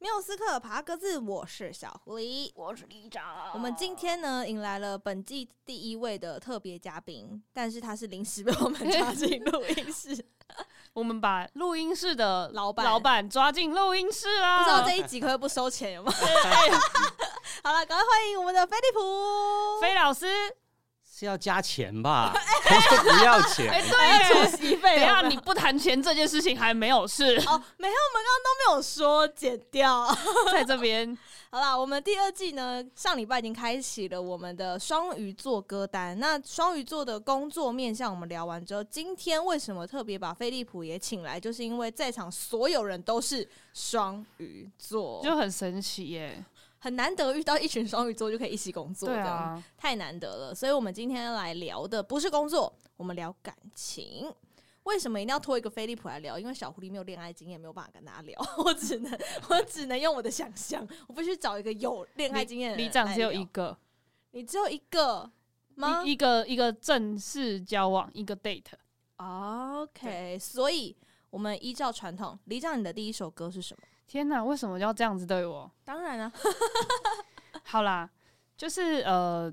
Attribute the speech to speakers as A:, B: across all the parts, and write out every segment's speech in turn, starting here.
A: 缪斯克爬格子，我是小狐狸。
B: 我是李长。
A: 我们今天呢，迎来了本季第一位的特别嘉宾，但是他是临时被我们抓进录音室，不
C: 我们把录音室的
A: 老板
C: 老板抓进录音室啊啦！
A: 知道这一集可不可以不收钱，有吗？
D: 哎
A: 好了，赶快欢迎我们的飞利 浦。
C: 飞老师，
D: 是要加钱吧？不要
C: 哎、
D: 钱，
C: 对耶，
A: 出席
C: 等
A: 费
C: 一
A: 有
C: 下
A: 没有，
C: 你不谈钱这件事情还没有事
A: 哦，没有，我们刚刚都没有说剪掉。
C: 在这边
A: 好啦，我们第二季呢，上礼拜已经开启了我们的双鱼座歌单。那双鱼座的工作面向我们聊完之后，今天为什么特别把飞利浦也请来，就是因为在场所有人都是双鱼座，
C: 就很神奇耶。
A: 很难得遇到一群双鱼座就可以一起工作，
C: 对
A: 这样
C: 啊，
A: 太难得了。所以我们今天来聊的不是工作，我们聊感情。为什么一定要拖一个飞利浦来聊？因为小狐狸没有恋爱经验，没有办法跟大家聊。 我只能我只能用我的想象，我必须找一个有恋爱经验的人
C: 里长
A: 来
C: 只有
A: 聊
C: 一个，
A: 你只有一个吗
C: 一一个一个正式交往，一个 date。
A: 哦？OK，所以我们依照传统，李长你的第一首歌是什么？
C: 天哪，为什么要这样子对我？
A: 当然啊，
C: 好啦，就是呃，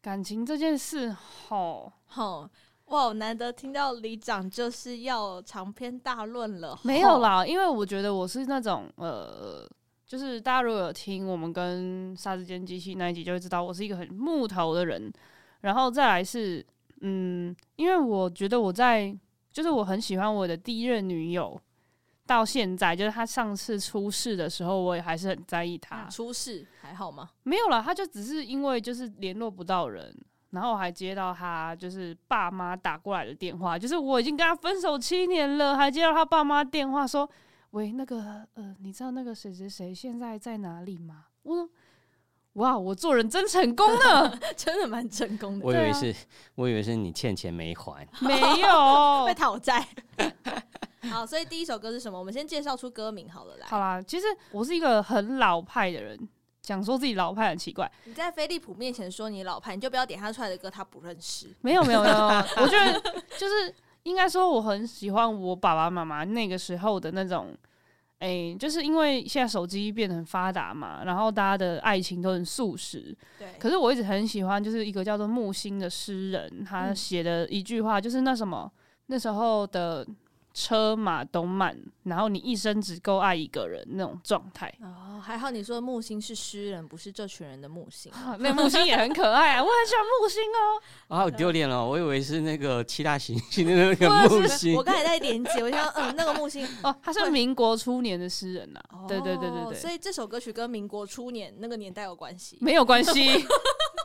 C: 感情这件事吼，
A: 吼哇，难得听到李长就是要长篇大论了，
C: 没有
A: 吼，
C: 啦，因为我觉得我是那种呃，就是大家如果有听我们跟沙之间机器那一集，就会知道我是一个很木头的人。然后再来是，嗯，因为我觉得我在，就是我很喜欢我的第一任女友，到现在就是她上次出事的时候，我也还是很在意她。
A: 嗯出事还好吗？
C: 没有啦，她就只是因为就是联络不到人。然后我还接到她就是爸妈打过来的电话，就是我已经跟她分手七年了，还接到她爸妈电话说：“喂，那个呃，你知道那个谁谁谁现在在哪里吗？”我说：“哇，我做人真成功呢，
A: 真的蛮成功的，
D: 我以为
C: 对啊
D: 是，我以为是你欠钱没还。
C: 没 有
A: 被讨债。 好，所以第一首歌是什么？我们先介绍出歌名好了，来，
C: 好啊啦，其实我是一个很老派的人，讲说自己老派很奇怪，
A: 你在飞利浦面前说你老派，你就不要点他出来的歌，他不认识。
C: 没有没有没有，我觉得就是应该说我很喜欢我爸爸妈妈那个时候的那种，诶，就是因为现在手机变得很发达嘛，然后大家的爱情都很速食，
A: 对，
C: 可是我一直很喜欢，就是一个叫做木心的诗人，他
A: 嗯
C: 写的一句话就是那什么，那时候的车马都慢，然后你一生只够爱一个人那种状态。
A: 哦，还好你说木星是诗人，不是这群人的木 星。
C: 啊那木星也很可爱、啊，我很喜欢木星哦。
D: 啊，好丢脸哦！我以为是那个七大行星的那个木星
A: 我。刚才在连接，我想说嗯，那个木星。
C: 哦，他是民国初年的诗人呐、啊。 对对对
A: 哦
C: 对
A: 所
C: 对，
A: 以这首歌曲跟民国初年那个年代有关系。
C: 没有关系，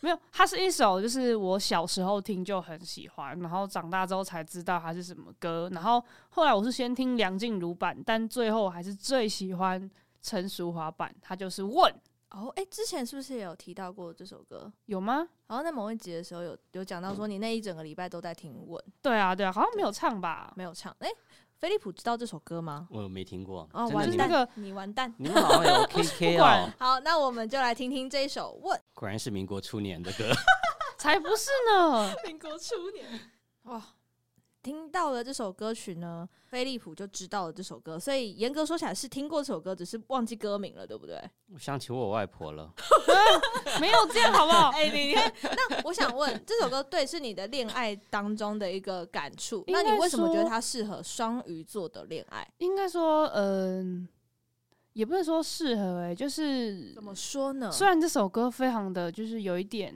C: 没有，它是一首就是我小时候听就很喜欢，然后长大之后才知道它是什么歌，然后后来我是先听梁静茹版，但最后我还是最喜欢陈淑桦版，它就是问
A: 哦，哎、之前是不是也有提到过这首歌？
C: 有吗？
A: 然后在某一集的时候有有讲到说，你那一整个礼拜都在听问，
C: 对啊对啊，好像没有唱吧？
A: 没有唱。哎、菲利普知道这首歌吗？
D: 我没听过，
A: 哦，
D: 真的，
A: 完
D: 你
A: 蛋，
D: 们
C: 那个
A: 你完蛋。
D: 你们好像 有 KK
C: 不
D: 哦
C: 管，
A: 好，那我们就来听听这一首《问
D: 果然是民国初年的歌。
C: 才不是呢！
A: 民国初年。哇，听到了这首歌曲呢，菲利普就知道了这首歌，所以严格说起来是听过这首歌，只是忘记歌名了，对不 对？
D: 我想起我外婆了，
C: 没有这样 好不好？
A: 哎、你看，那我想问，这首歌对是你的恋爱当中的一个感触，
C: 应该
A: 那
C: 说
A: 你为什么觉得它适合双鱼座的恋爱？
C: 应该说，嗯、也不是说适合、欸，就是
A: 怎么说呢？
C: 虽然这首歌非常的就是有一点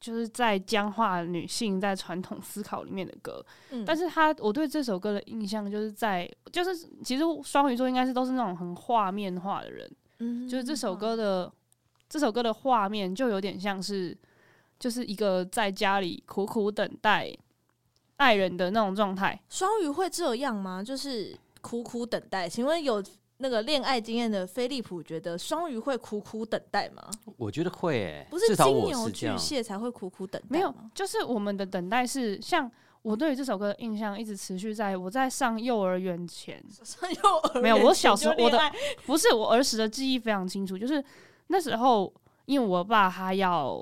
C: 就是在僵化女性在传统思考里面的歌，
A: 嗯
C: 但是它我对这首歌的印象就是在就是其实双鱼座应该是都是那种很画面化的人，
A: 嗯
C: 就是这首歌的、这首歌的画面就有点像是就是一个在家里苦苦等待爱人的那种状态。
A: 双鱼会这样吗？就是苦苦等待。请问有那个恋爱经验的菲利普觉得双鱼会苦苦等待吗？
D: 我觉得会诶，
A: 不是
D: 至少
A: 金
D: 我
A: 牛
D: 是这
A: 巨
D: 样。
A: 蟹才会苦苦等待吗，
C: 没有， 就是我们的等待是像我对于这首歌的印象一直持续在我在上幼儿园前，
A: 上幼儿园
C: 没有我小
A: 前
C: 时候
A: 就
C: 我的
A: 恋爱
C: 不是我儿时的记忆非常清楚，就是那时候因为我爸他要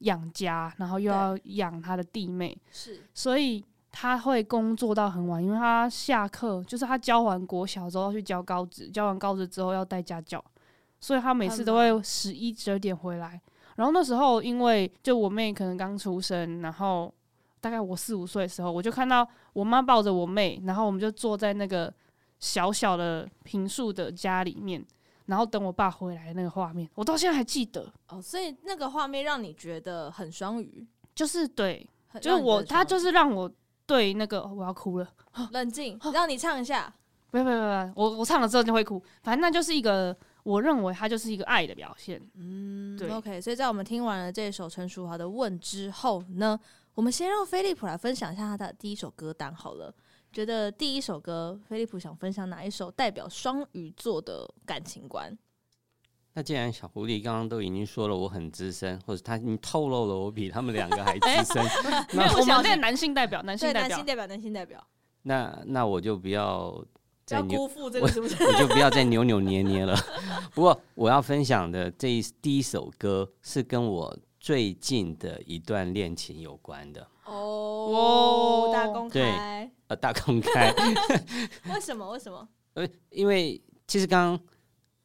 C: 养家，然后又要养他的弟妹，
A: 是
C: 所以他会工作到很晚，因为他下课就是他教完国小之后要去教高职，教完高职之后要带家教，所以他每次都会十一十二点回来。然后那时候因为就我妹可能刚出生，然后大概我四五岁的时候，我就看到我妈抱着我妹，然后我们就坐在那个小小的平素的家里面，然后等我爸回来那个画面，我到现在还记得。
A: 哦，所以那个画面让你觉得很双鱼，
C: 就是对，
A: 很
C: 就是我，他就是哦是让我对那个我要哭了。
A: 冷静，让你唱一下。
C: 不要不要不要，我我唱了之后就会哭。反正那就是一个，我认为它就是一个爱的表现。
A: 嗯
C: 对
A: ，OK。所以在我们听完了这首陈淑桦的《问》之后呢，我们先让飞利浦来分享一下他的第一首歌单好了。觉得第一首歌，飞利浦想分享哪一首代表双鱼座的感情观？
D: 那既然小狐狸刚刚都已经说了我很资深，或者他已经透露了我比他们两个还资 深，
C: 没
D: 那
C: 有，我
A: 小心
C: 们那个男性代表，男性
A: 对，
C: 代
A: 男
C: 表
A: 性，代表，男性代表，
D: 那那我就不要
A: 不
D: 再
A: 要
D: 扭，
A: 辜负这个是不是？
D: 我就不要再扭扭捏捏了。 不过我要分享的这一第一首歌是跟我最近的一段恋情有关的，
A: 哦，
C: 哇
A: 大公开，
D: 呃，大公开，
A: 为什么？为什么？
D: 呃，因为其实刚刚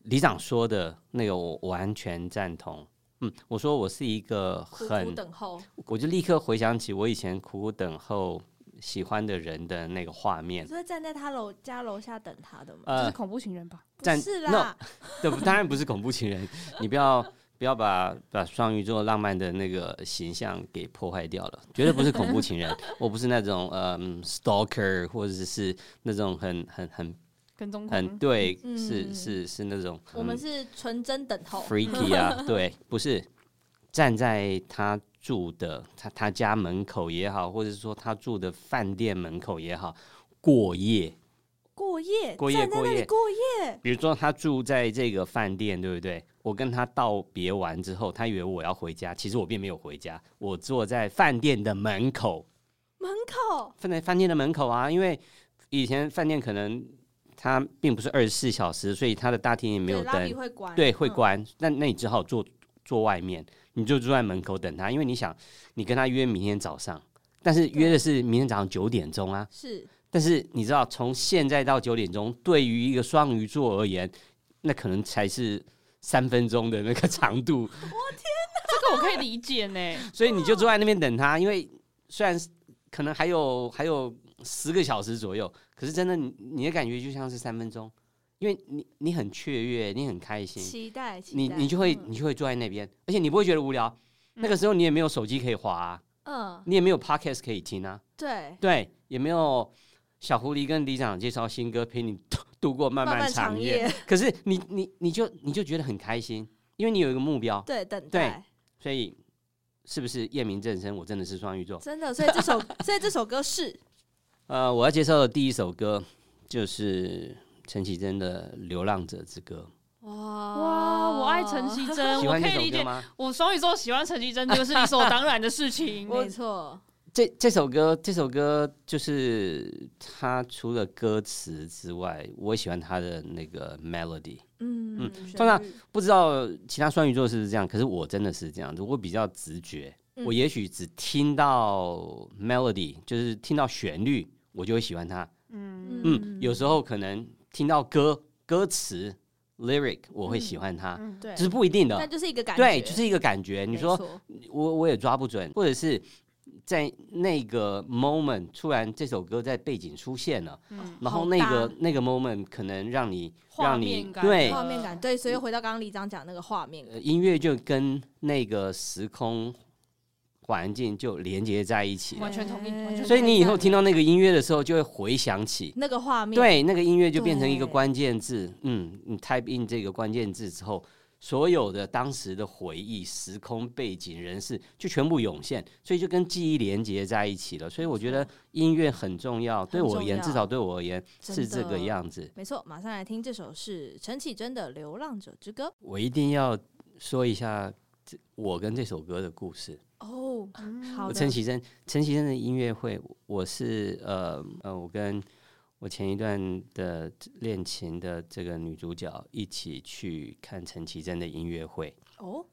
D: 里长说的那个我完全赞同。嗯，我说我是一个
A: 苦
D: 很
A: 苦等候，
D: 我就立刻回想起我以前苦苦等候喜欢的人的那个画面
A: 你。是会站在他楼家楼下等他的吗？
C: 就
D: 呃
C: 是，恐怖情人吧？
A: 不
D: 站
A: 是
D: no
A: 啦，
D: 这不当然不是恐怖情人，你不要不要把把双鱼座浪漫的那个形象给破坏掉了，绝对不是恐怖 情人，我不是那种嗯 stalker 或者是那种很很很
C: 跟踪
D: 很
C: 狂，
D: 对，
A: 嗯
D: 是是是那种
A: 我们
D: 很
A: 是纯真等候。
D: freaky 啊，对，不是站在他住的他他家门口也好，或者是说他住的饭店门口也好，过夜。
A: 过夜，
D: 过夜
A: 站在那
D: 过
A: 里
D: 夜
A: 过夜，
D: 比如说他住在这个饭店，对不对？我跟他道别完之后，他以为我要回家，其实我并没有回家，我坐在饭店的门口，
A: 门口
D: 放在饭店的门口啊，因为以前饭店可能它并不是二十四小时，所以它的大厅也没有
A: 对拉比
D: 灯，
A: 会关，
D: 对，会
A: 嗯。
D: 关。那那你只好坐坐外面，你就坐在门口等他，因为你想你跟他约明天早上，但是约的是明天早上九点钟啊，
A: 是
D: 但是你知道，从现在到九点钟，对于一个双鱼座而言，那可能才是三分钟的那个长度，
C: 这个我可以理 解呢。
D: 所以你就坐在那边等他。因为虽然是可能还有还有十个小时左右，可是真的你你的感觉就像是三分钟，因为你你很雀跃，你很开心，
A: 期待，嗯期
D: 你
A: 待
D: 你就会你就会坐在那边，而且你不会觉得无聊。那个时候你也没有手机可以滑、啊，
A: 嗯，
D: 你也没有 podcast 可以听啊。
A: 对，
D: 对，也没有小狐狸跟里长介绍新歌陪你度度过漫
A: 慢慢
D: 长
A: 长夜，
D: 可是你你你就你就觉得很开心，因为你有一个目标，
A: 对，等待，
D: 所以是不是夜明正身？我真的是双鱼座。
A: 真的，所以这首，所以这首歌是
D: 呃，我要介绍的第一首歌就是陈绮贞的《流浪者之歌
A: 哇
C: 哇，我爱陈绮贞》，，
A: 哦
C: 嗯
D: 喜
C: 我
D: 欢
C: 可
D: 这
C: 以
D: 首
C: 理
D: 歌
C: 解。
D: 吗？
C: 我双鱼座喜欢陈绮贞，这个是理所当然的事情。
A: 没错，
D: 这这首歌，这首歌就是它除了歌词之外，我喜欢它的那个 melody。
A: 嗯，旋律
D: 通常不知道其他双鱼座是不是这样，可是我真的是这样子，我比较直觉，
A: 嗯
D: 我也许只听到 melody，就是听到旋律，我就会喜欢它。
C: 嗯
D: 嗯，有时候可能听到歌歌词 lyric，我会喜欢它，
C: 嗯，
A: 对
D: 这，是不一定
A: 那
D: 的。
A: 就是一个感觉，
D: 对，就是一个感觉。你
A: 没
D: 说
A: 错
D: 我我也抓不准，或者是在那个 moment 突然这首歌在背景出现了，
C: 嗯
D: 然后
A: 好
D: 那
A: 搭
D: 个那个 moment 可能让你
C: 画
D: 让你
C: 面感，
D: 对嗯
A: 画面感，对，所以回到刚刚李长讲那个画面感，
D: 呃音乐就跟那个时空环境就连接在一起了，
C: 完全同意
A: 哎
C: 完全同意
D: 所以你以后听到那个音乐的时候，就会回想起，
A: 那个画面，
D: 对，那个音乐就变成一个
A: 对
D: 关键字。嗯，你 type in 这个关键字之后，所有的当时的回忆、时空背景、人事就全部涌现，所以就跟记忆连接在一起了。所以我觉得音乐很重要，对我而
A: 重
D: 言，
A: 要
D: 至少对我而言
A: 真
D: 是这
A: 的
D: 个样子。
A: 没错，马上来听这首是陈绮贞的《流浪者之歌》
D: 我一定要说一下这我跟这首歌的故事。
A: 哦，
C: 嗯
A: 好
D: 我
A: 的，
D: 陈绮贞，陈绮贞的音乐会，我我是呃呃，我跟我前一段的恋情的这个女主角一起去看陈绮贞的音乐会，
A: 哦，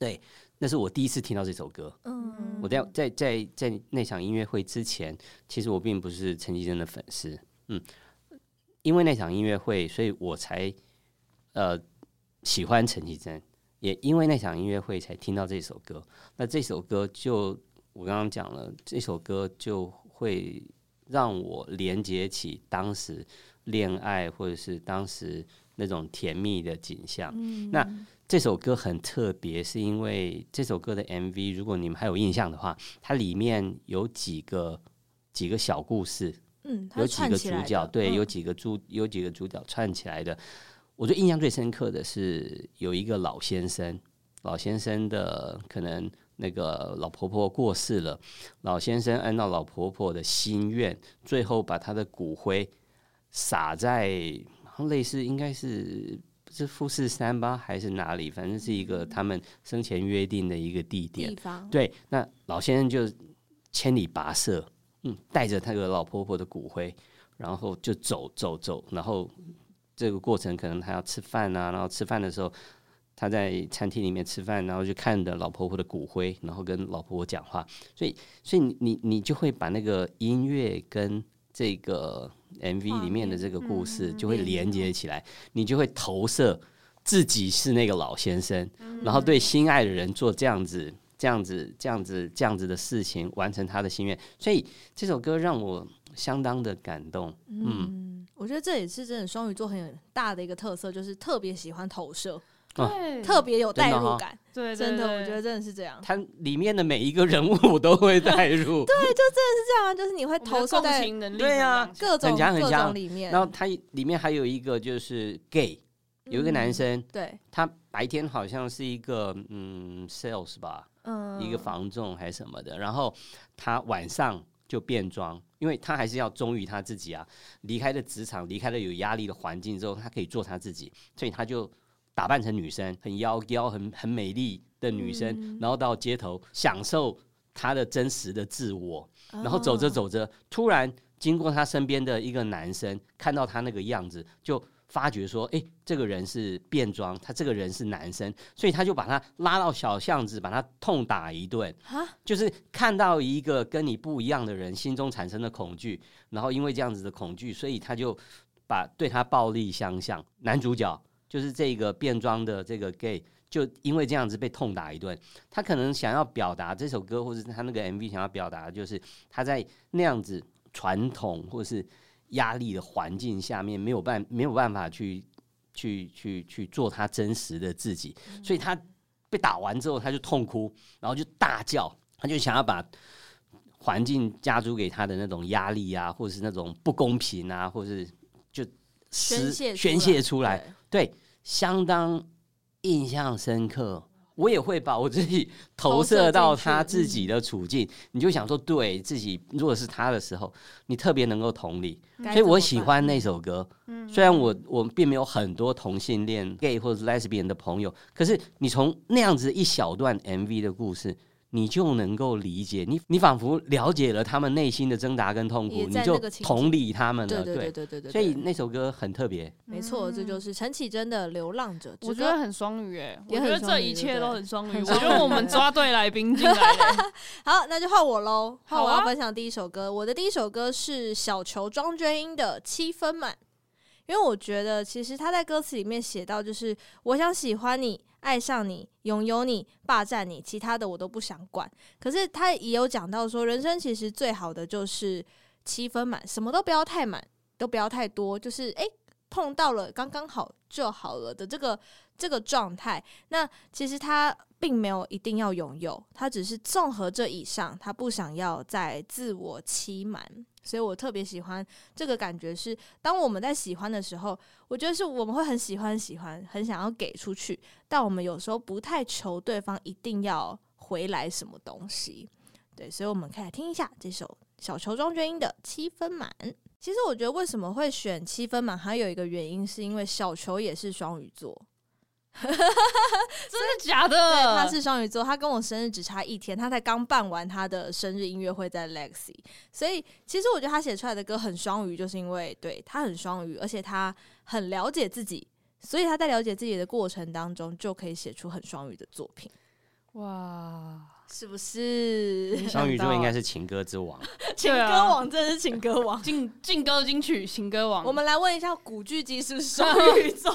D: 对，那是我第一次听到这首歌。
A: 嗯，
D: 我在在在在那场音乐会之前，其实我并不是陈绮贞的粉丝，嗯，因为那场音乐会，所以我才呃喜欢陈绮贞，也因为那场音乐会才听到这首歌。那这首歌就我刚刚讲了，这首歌就会让我连接起当时恋爱或者是当时那种甜蜜的景象。那这首歌很特别，是因为这首歌的 MV，如果你们还有印象的话，它里面有几个几个小故事，
A: 嗯，它
D: 有
A: 是
D: 几
A: 串
D: 个
A: 起来
D: 主
A: 的
D: 角，对，
A: 嗯
D: 有几个主有几个主角串起来的。我最印象最深刻的是有一个老先生，老先生的可能那个老婆婆过世了，老先生按照老婆婆的心愿，最后把她的骨灰撒在好像类似应该是是富士山吧，还是哪里，反正是一个他们生前约定的一个地点
A: 嗯地。方，
D: 对，那老先生就千里跋涉，嗯，带着他的老婆婆的骨灰，然后就走走走，然后这个过程可能他要吃饭啊，然后吃饭的时候他在餐厅里面吃饭，然后就看着老婆婆的骨灰，然后跟老婆婆讲话，所以所以你你你就会把那个音乐跟这个 MV 里面的这个故事就会连接起来，你就会投射自己是那个老先生，
C: 嗯
D: 然后对心爱的人做这样子、这样子、这样子、这样子的事情，完成他的心愿。所以这首歌让我相当的感动。
A: 嗯，我觉得这也是真的双鱼座很有大的一个特色，就是特别喜欢投射，
D: 啊
C: 嗯对，
A: 特别有代
D: 真的
A: 入
D: 哦
A: 感，
C: 对，
A: 真的，我觉得
C: 得
A: 真的是这样。
D: 它里面的每一个人物我都会带入，
A: 是这样啊，就是你会投射
C: 共
A: 在
C: 情能力，
D: 对啊，
A: 各种
D: 很强很
A: 各
D: 强
A: 种里面，
D: 然后它里面还有一个就是 gay，有一个男生，
A: 对，
D: 他白天好像是一个嗯 sales 吧，
A: 嗯，
D: 一个房仲还是什么的，然后他晚上就变装，因为他还是要忠于他自己啊。离开了职场，离开了有压力的环境之后，他可以做他自己，所以他就打扮成女生，很妖娇、很很美丽的女生，然后到街头享受他的真实的自我。
A: 哦，
D: 然后走着走着，突然经过他身边的一个男生，看到他那个样子，就发觉说，诶，这个人是变装，他这个人是男生，所以他就把他拉到小巷子，把他痛打一顿。
A: 啊，
D: 就是看到一个跟你不一样的人，心中产生的恐惧，然后因为这样子的恐惧，所以他就把对他暴力相向。男主角就是这个变装的这个 gay，就因为这样子被痛打一顿。他可能想要表达这首歌，或者是他那个 MV 想要表达，的就是他在那样子传统或是压力的环境下面，没有办没有办法去去去去做他真实的自己，
A: 嗯
D: 所以他被打完之后，他就痛哭，然后就大叫，他就想要把环境加诸给他的那种压力啊，或者是那种不公平啊，或者是就
A: 宣
D: 施
A: 泄出
D: 宣
A: 来
D: 泄出来，
A: 对，
D: 对，相当印象深刻。我也会把我自己投
A: 投射
D: 射到
A: 进去
D: 他自己的处境，你就想说，对自己如果是他的时候，你特别能够同理。
A: 该
D: 所以
A: 怎么
D: 我喜
A: 办嗯
D: 欢那首歌。
C: 嗯
D: 虽然我我并没有很多同性恋 gay 或者 lesbian 的朋友，可是你从那样子一小段 MV 的故事，你就能够理解，你你仿佛了解了他们内心的挣扎跟痛
A: 也
D: 苦，
A: 在
D: 你
A: 那
D: 就
A: 个情
D: 同理他们
A: 对
D: 了。
A: 对对对对对，
D: 所以
A: 对
D: 那首歌很特别。
A: 没错，这就是陈绮贞的《流浪者之
C: 嗯我觉
A: 歌
C: 得》。很双语哎，我
A: 也
C: 觉
A: 很
C: 得
A: 双
C: 这
A: 语对
C: 一切
A: 不
C: 都
A: 对
C: 很双
A: 很
C: 语。我
A: 双
C: 觉得我
A: 语
C: 们抓对来宾进来欸了，
A: 好，那就换我喽。换
C: 好
A: 我
C: 啊
A: 要分享第一首歌。我的第一首歌是小球庄娟英的《七分满》，因为我觉得其实他在歌词里面写到，就是我想喜欢你。爱上你，拥有你，霸占你，其他的我都不想管。可是他也有讲到说，人生其实最好的就是七分满，什么都不要太满，都不要太多，就是诶、碰到了刚刚好就好了的这个这个状态。那其实他并没有一定要拥有，他只是综合这以上，他不想要再自我欺瞒。所以我特别喜欢这个感觉是，当我们在喜欢的时候，我觉得是我们会很喜欢、喜欢，很想要给出去，但我们有时候不太求对方一定要回来什么东西。对，所以我们可以来听一下这首小球庄娟英的《七分满》。其实我觉得为什么会选七分满，还有一个原因是因为小球也是双鱼座，
C: 真的假
A: 对，
C: 的？
A: 他是双鱼座，他跟我生日只差一天，他才刚办完他的生日音乐会在 Lexi，所以其实我觉得他写出来的歌很双鱼，就是因为对他很双鱼，而且他很了解自己，所以他在了解自己的过程当中就可以写出很双鱼的作品。
C: 哇，
A: 是不 是？
C: 没想
D: 双鱼座
C: 到
D: 应该
A: 啊
C: 欸
D: 是情歌之王，
A: 情歌王真的是情歌王。
C: 劲劲歌金曲情歌王，
A: 我们来问一下古巨基是不是双 鱼座？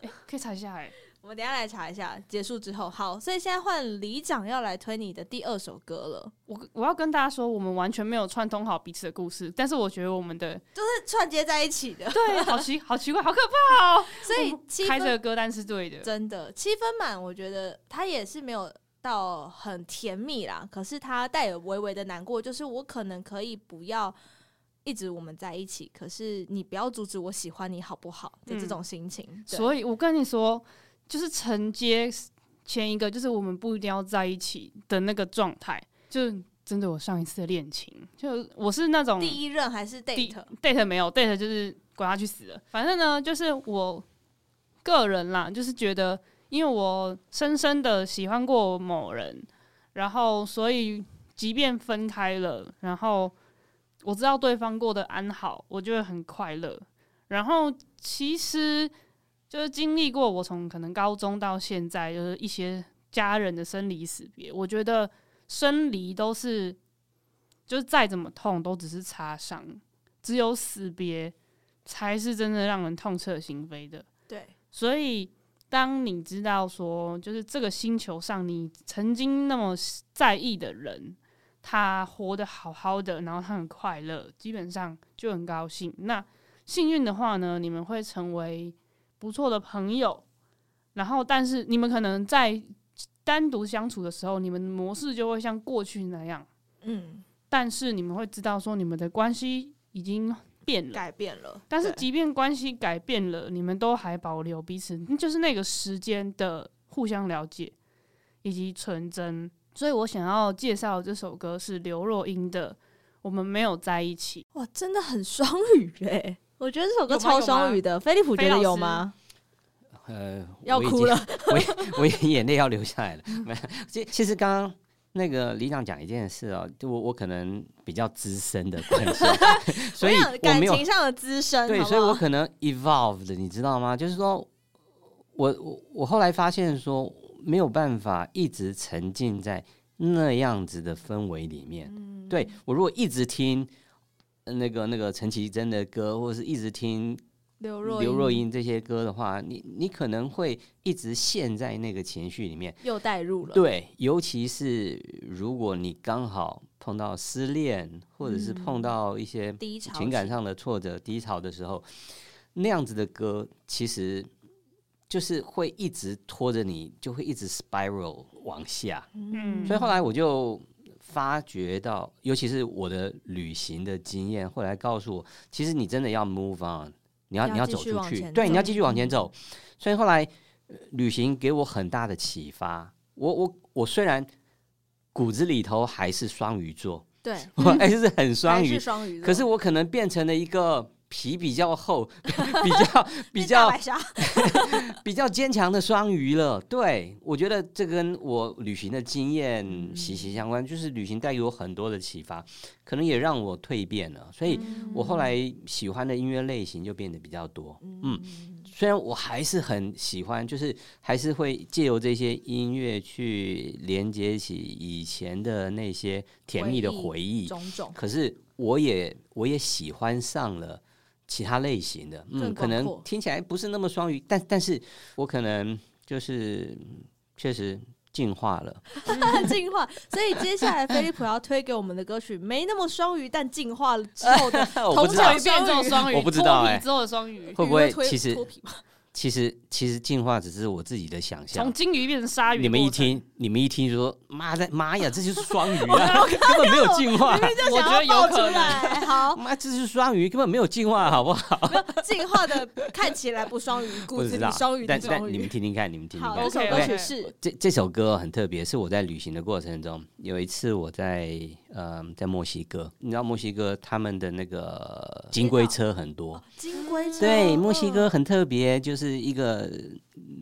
C: 欸可以查一下哎，
A: 我们等一下来查一下。结束之后，好，所以现在换李长要来推你的第二首歌了，
C: 我我要跟大家说，我们完全没有串通好彼此的故事，但是我觉得我 们的。
A: 就是串接在一起的
C: 对，好奇好奇怪，好可怕哦！
A: 所以
C: 我们
A: 七
C: 开这
A: 分
C: 个歌单是对的，
A: 真的七分满，我觉得他也是没有到很甜蜜啦，可是他带有微微的难过，就是我可能可以不要。一直我们在一起，可是你不要阻止我喜欢你好不好？的这
C: 嗯
A: 种心情，对
C: 所以我跟你说，就是承接前一个，就是我们不一定要在一起的那个状态，就是针对我上一次的恋情，就我是那种
A: 第一任还是 date，
C: date 没有 date 就是管他去死了，反正呢，就是我个人啦，就是觉得，因为我深深的喜欢过某人，然后所以即便分开了，然后我知道对方过得安好，我就会很快乐。然后其实就是经历过我从可能高中到现在，就是一些家人的生离死别，我觉得生离都是。就是再怎么痛，都只是擦伤，只有死别才是真的让人痛彻心扉的。
A: 对，
C: 所以，当你知道说，就是这个星球上你曾经那么在意的人，他活得好好的，然后他很快乐，基本上就很高兴。那幸运的话呢，你们会成为不错的朋友。然后，但是你们可能在单独相处的时候，你们模式就会像过去那样。
A: 嗯，
C: 但是你们会知道说你们的关系已经变了。
A: 改变了，
C: 但是
A: 对
C: 即便关系改变了，你们都还保留彼此，就是那个时间的互相了解以及纯真。所以我想要介绍这首歌是刘若英的《我们没有在一起》。
A: 哇，真的很双语哎、我觉得这首歌
C: 有吗
A: 超双语的，菲利普觉得有吗？
D: 呃，
A: 要
D: 我已
A: 哭
D: 经
A: 了，，
D: 我也 我也眼泪要流 下来了。没有，其其实刚刚那个李长讲一件事哦，就我我可能比较资深的 关系， 所以
A: 我想
D: 我
A: 感
D: 没有
A: 情上的资深，
D: 对，
A: 好不
D: 所以
A: 好
D: 我可能 evolved，你知道吗？就是说我我我后来发现说没有办法一直沉浸在那样子的氛围里面。
A: 嗯
D: 对我如果一直听呃那个那个陈绮贞的歌，或者是一直听
A: 刘若
D: 刘若英这些歌的话，你你可能会一直陷在那个情绪里面。
A: 又带入了，
D: 对，尤其是如果你刚好碰到失恋，或者是碰到一些
A: 嗯低潮
D: 情感
A: 期
D: 上的挫折、低潮的时候，那样子的歌其实就是会一直拖着你，就会一直 spiral 往下。
C: 嗯
D: 所以后来我就发觉到，尤其是我的旅行的经验，后来告诉我，其实你真的要 move on，你要
A: 要
D: 你要
A: 继
D: 走
A: 续
D: 出
A: 往
D: 去，
A: 前
D: 对，你
A: 走嗯
D: 要继续往前走。所以后来、呃旅行给我很大的启发。我我我虽然骨子里头还是双鱼座，
A: 嗯对，
D: 我还是很双
A: 还
D: 鱼
A: 是，双鱼座，
D: 可是我可能变成了一个皮比较厚、 比 较比
A: 变大
D: 较
A: 白鲨
D: 比较坚强的双鱼了。对，我觉得这跟我旅行的经验
A: 嗯
D: 息息相关，就是旅行带给我很多的启发，可能也让我蜕变了。所
A: 嗯
D: 以我后来喜欢的音乐类型就变得比较多。嗯，虽然我还是很喜欢，就是还是会借由这些音乐去连接起以前的那些甜蜜的
A: 回忆
D: 回忆。
A: 种种
D: 可是我也我也喜欢上了其他类型的，
A: 更
D: 嗯，可
A: 广
D: 能
A: 阔
D: 听起来不是那么双语，但但是我可能就是嗯确实进化 了。
A: 进化，所以接下来菲利普要推给我们的歌曲没那么双鱼，但进化了之后 的
D: 我不
A: 同
D: 知道
A: 场
C: 变这种双鱼，
D: 我不知道
C: 脱皮
D: 欸
C: 之后的双鱼，
D: 会不
A: 娱
D: 会
A: 乐推
D: 其实
A: 脱皮吗
D: 其实其实进化只是我自己的想象
C: 从。金鱼变成鲨鱼。
D: 啊你们一，听，你们一听就说妈的妈 呀，这就是双鱼啊， 根本没有进化。
C: 我觉得有
A: 爆出
C: 可能。
A: 来，好，
D: 妈，这就是双鱼，根本没有进化，好不好？
A: 进化的看起来不双鱼，骨
D: 不
A: 子
D: 知
A: 里
D: 道
A: 双鱼的
D: 但
A: 双
D: 但你们
A: 鱼。
D: 听听看，你们听听
A: 好，
D: 看
A: 这。首
C: OK，
A: 歌
C: OK
A: 曲是
D: 这这首歌很特别，是我在旅行的过程中，有一次我在呃在墨西哥，你知道墨西哥他们的那个金龟车很多，
A: 金龟车，
D: 对，
A: 嗯
D: 墨西哥很特别，就是一个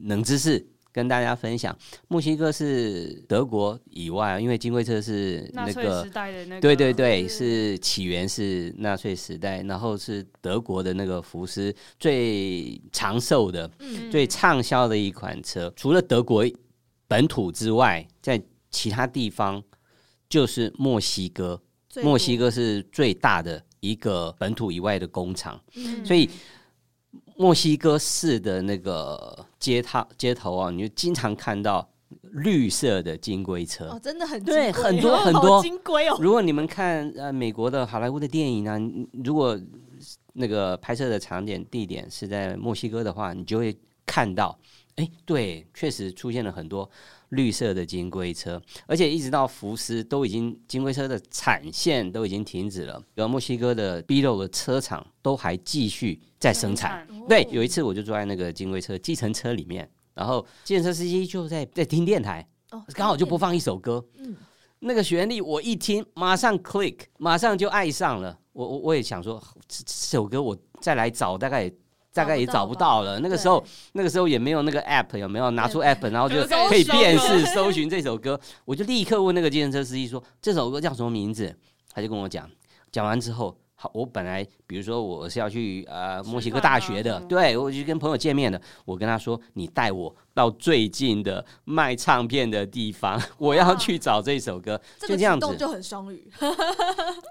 D: 冷知识跟大家分享。墨西哥是德国以外，啊因为金龟车是
C: 纳
D: 那
C: 粹
D: 个
C: 时代的嗯那个，
D: 对对对，是起源是纳粹时代，然后是德国的那个福斯最长寿的、
A: 嗯
D: 最畅销的一款车。除了德国本土之外，在其他地方就是墨西哥，
A: 最
D: 墨
A: 多
D: 西，哥是最大的一个本土以外的工厂，
A: 嗯
D: 所以墨西哥市的那个街头街头啊，你就经常看到绿色的金龟车。
A: 哦，真的很金
D: 对
A: 龟
D: 很多
A: 好
D: 很多
A: 金龟哦，
D: 如果你们看呃美国的好莱坞的电影啊，你如果那个拍摄的场景地点是在墨西哥的话，你就会看到，哎，对，确实出现了很多绿色的金龟车，而且一直到福斯都已经金龟车的产线都已经停止了，然后墨西哥的 B 六的车厂都还继续在生产。， 对，有一次我就坐在那个金龟车计程车里面，然后计程车司机就在在听电台，
A: 哦
D: 刚好就播，放一首歌，
A: 嗯
D: 那个旋律我一听，马上 click，马上就爱上了。我我我也想说，这这首歌我再来找，大概也大概也找不到了。那个时候，那个时候也没有那个 app，有没有拿出 app，然后就
C: 就可以
D: 可以
C: 搜
D: 辨
C: 了
D: 识搜寻这首歌。我就立刻问那个计程车司机说这首歌叫什么名字，他就跟我讲。讲完之后，好，我本来比如说我是要去呃墨西哥大学的，
C: 嗯
D: 对我去跟朋友见面的，我跟他说你带我到最近的卖唱片的地方，我要去找这首歌，
A: 这
D: 就
A: 个
D: 这样
A: 举
D: 子
A: 动就很双语，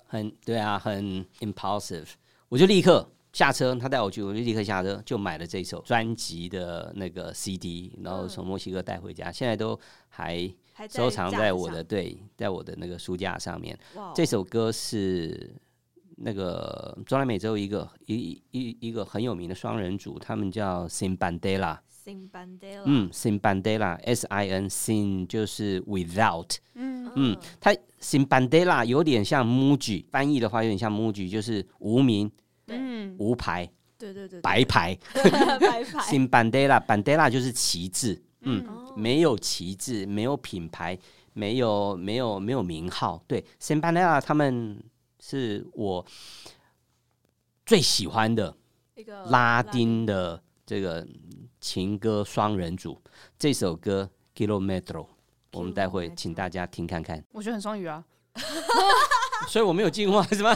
D: 很对啊，很 impulsive。我就立刻下车，他带我去，我就立刻下车就买了这首专辑的那个 CD，然后从墨西哥带回家，现在都还
A: 还嗯在
D: 收藏
A: 架
D: 在
A: 子
D: 我
A: 上
D: 的对，在我的那个书架上面。
A: 哇哦
D: 这首歌是那个中南美洲一个一一一个很有名的双人组，他们叫 Sin Bandela，
A: Sin Bandela，
D: 嗯，Sin Bandela，S I N Sin 就是 without，
C: 嗯，
D: 嗯，它 Sin Bandela 有点像 Muji，翻译的话有点像 Muji，就是无名、
C: 嗯，
D: 无牌、
A: 对对对，对
D: 白牌。
A: 白牌，
D: Sin Bandela，Bandela 就是旗帜，嗯，
A: 哦
D: 没有旗帜，没有品牌，没有没有没有名号。对 s a m p a n e l a 他们是我最喜欢的
A: 一个
D: 拉丁的这个情歌双人组。这首歌《Kilometro》，我们待会
A: Kilometro
D: 请大家听看看。
C: 我觉得很双语啊，
D: 所以我没有进化是吗？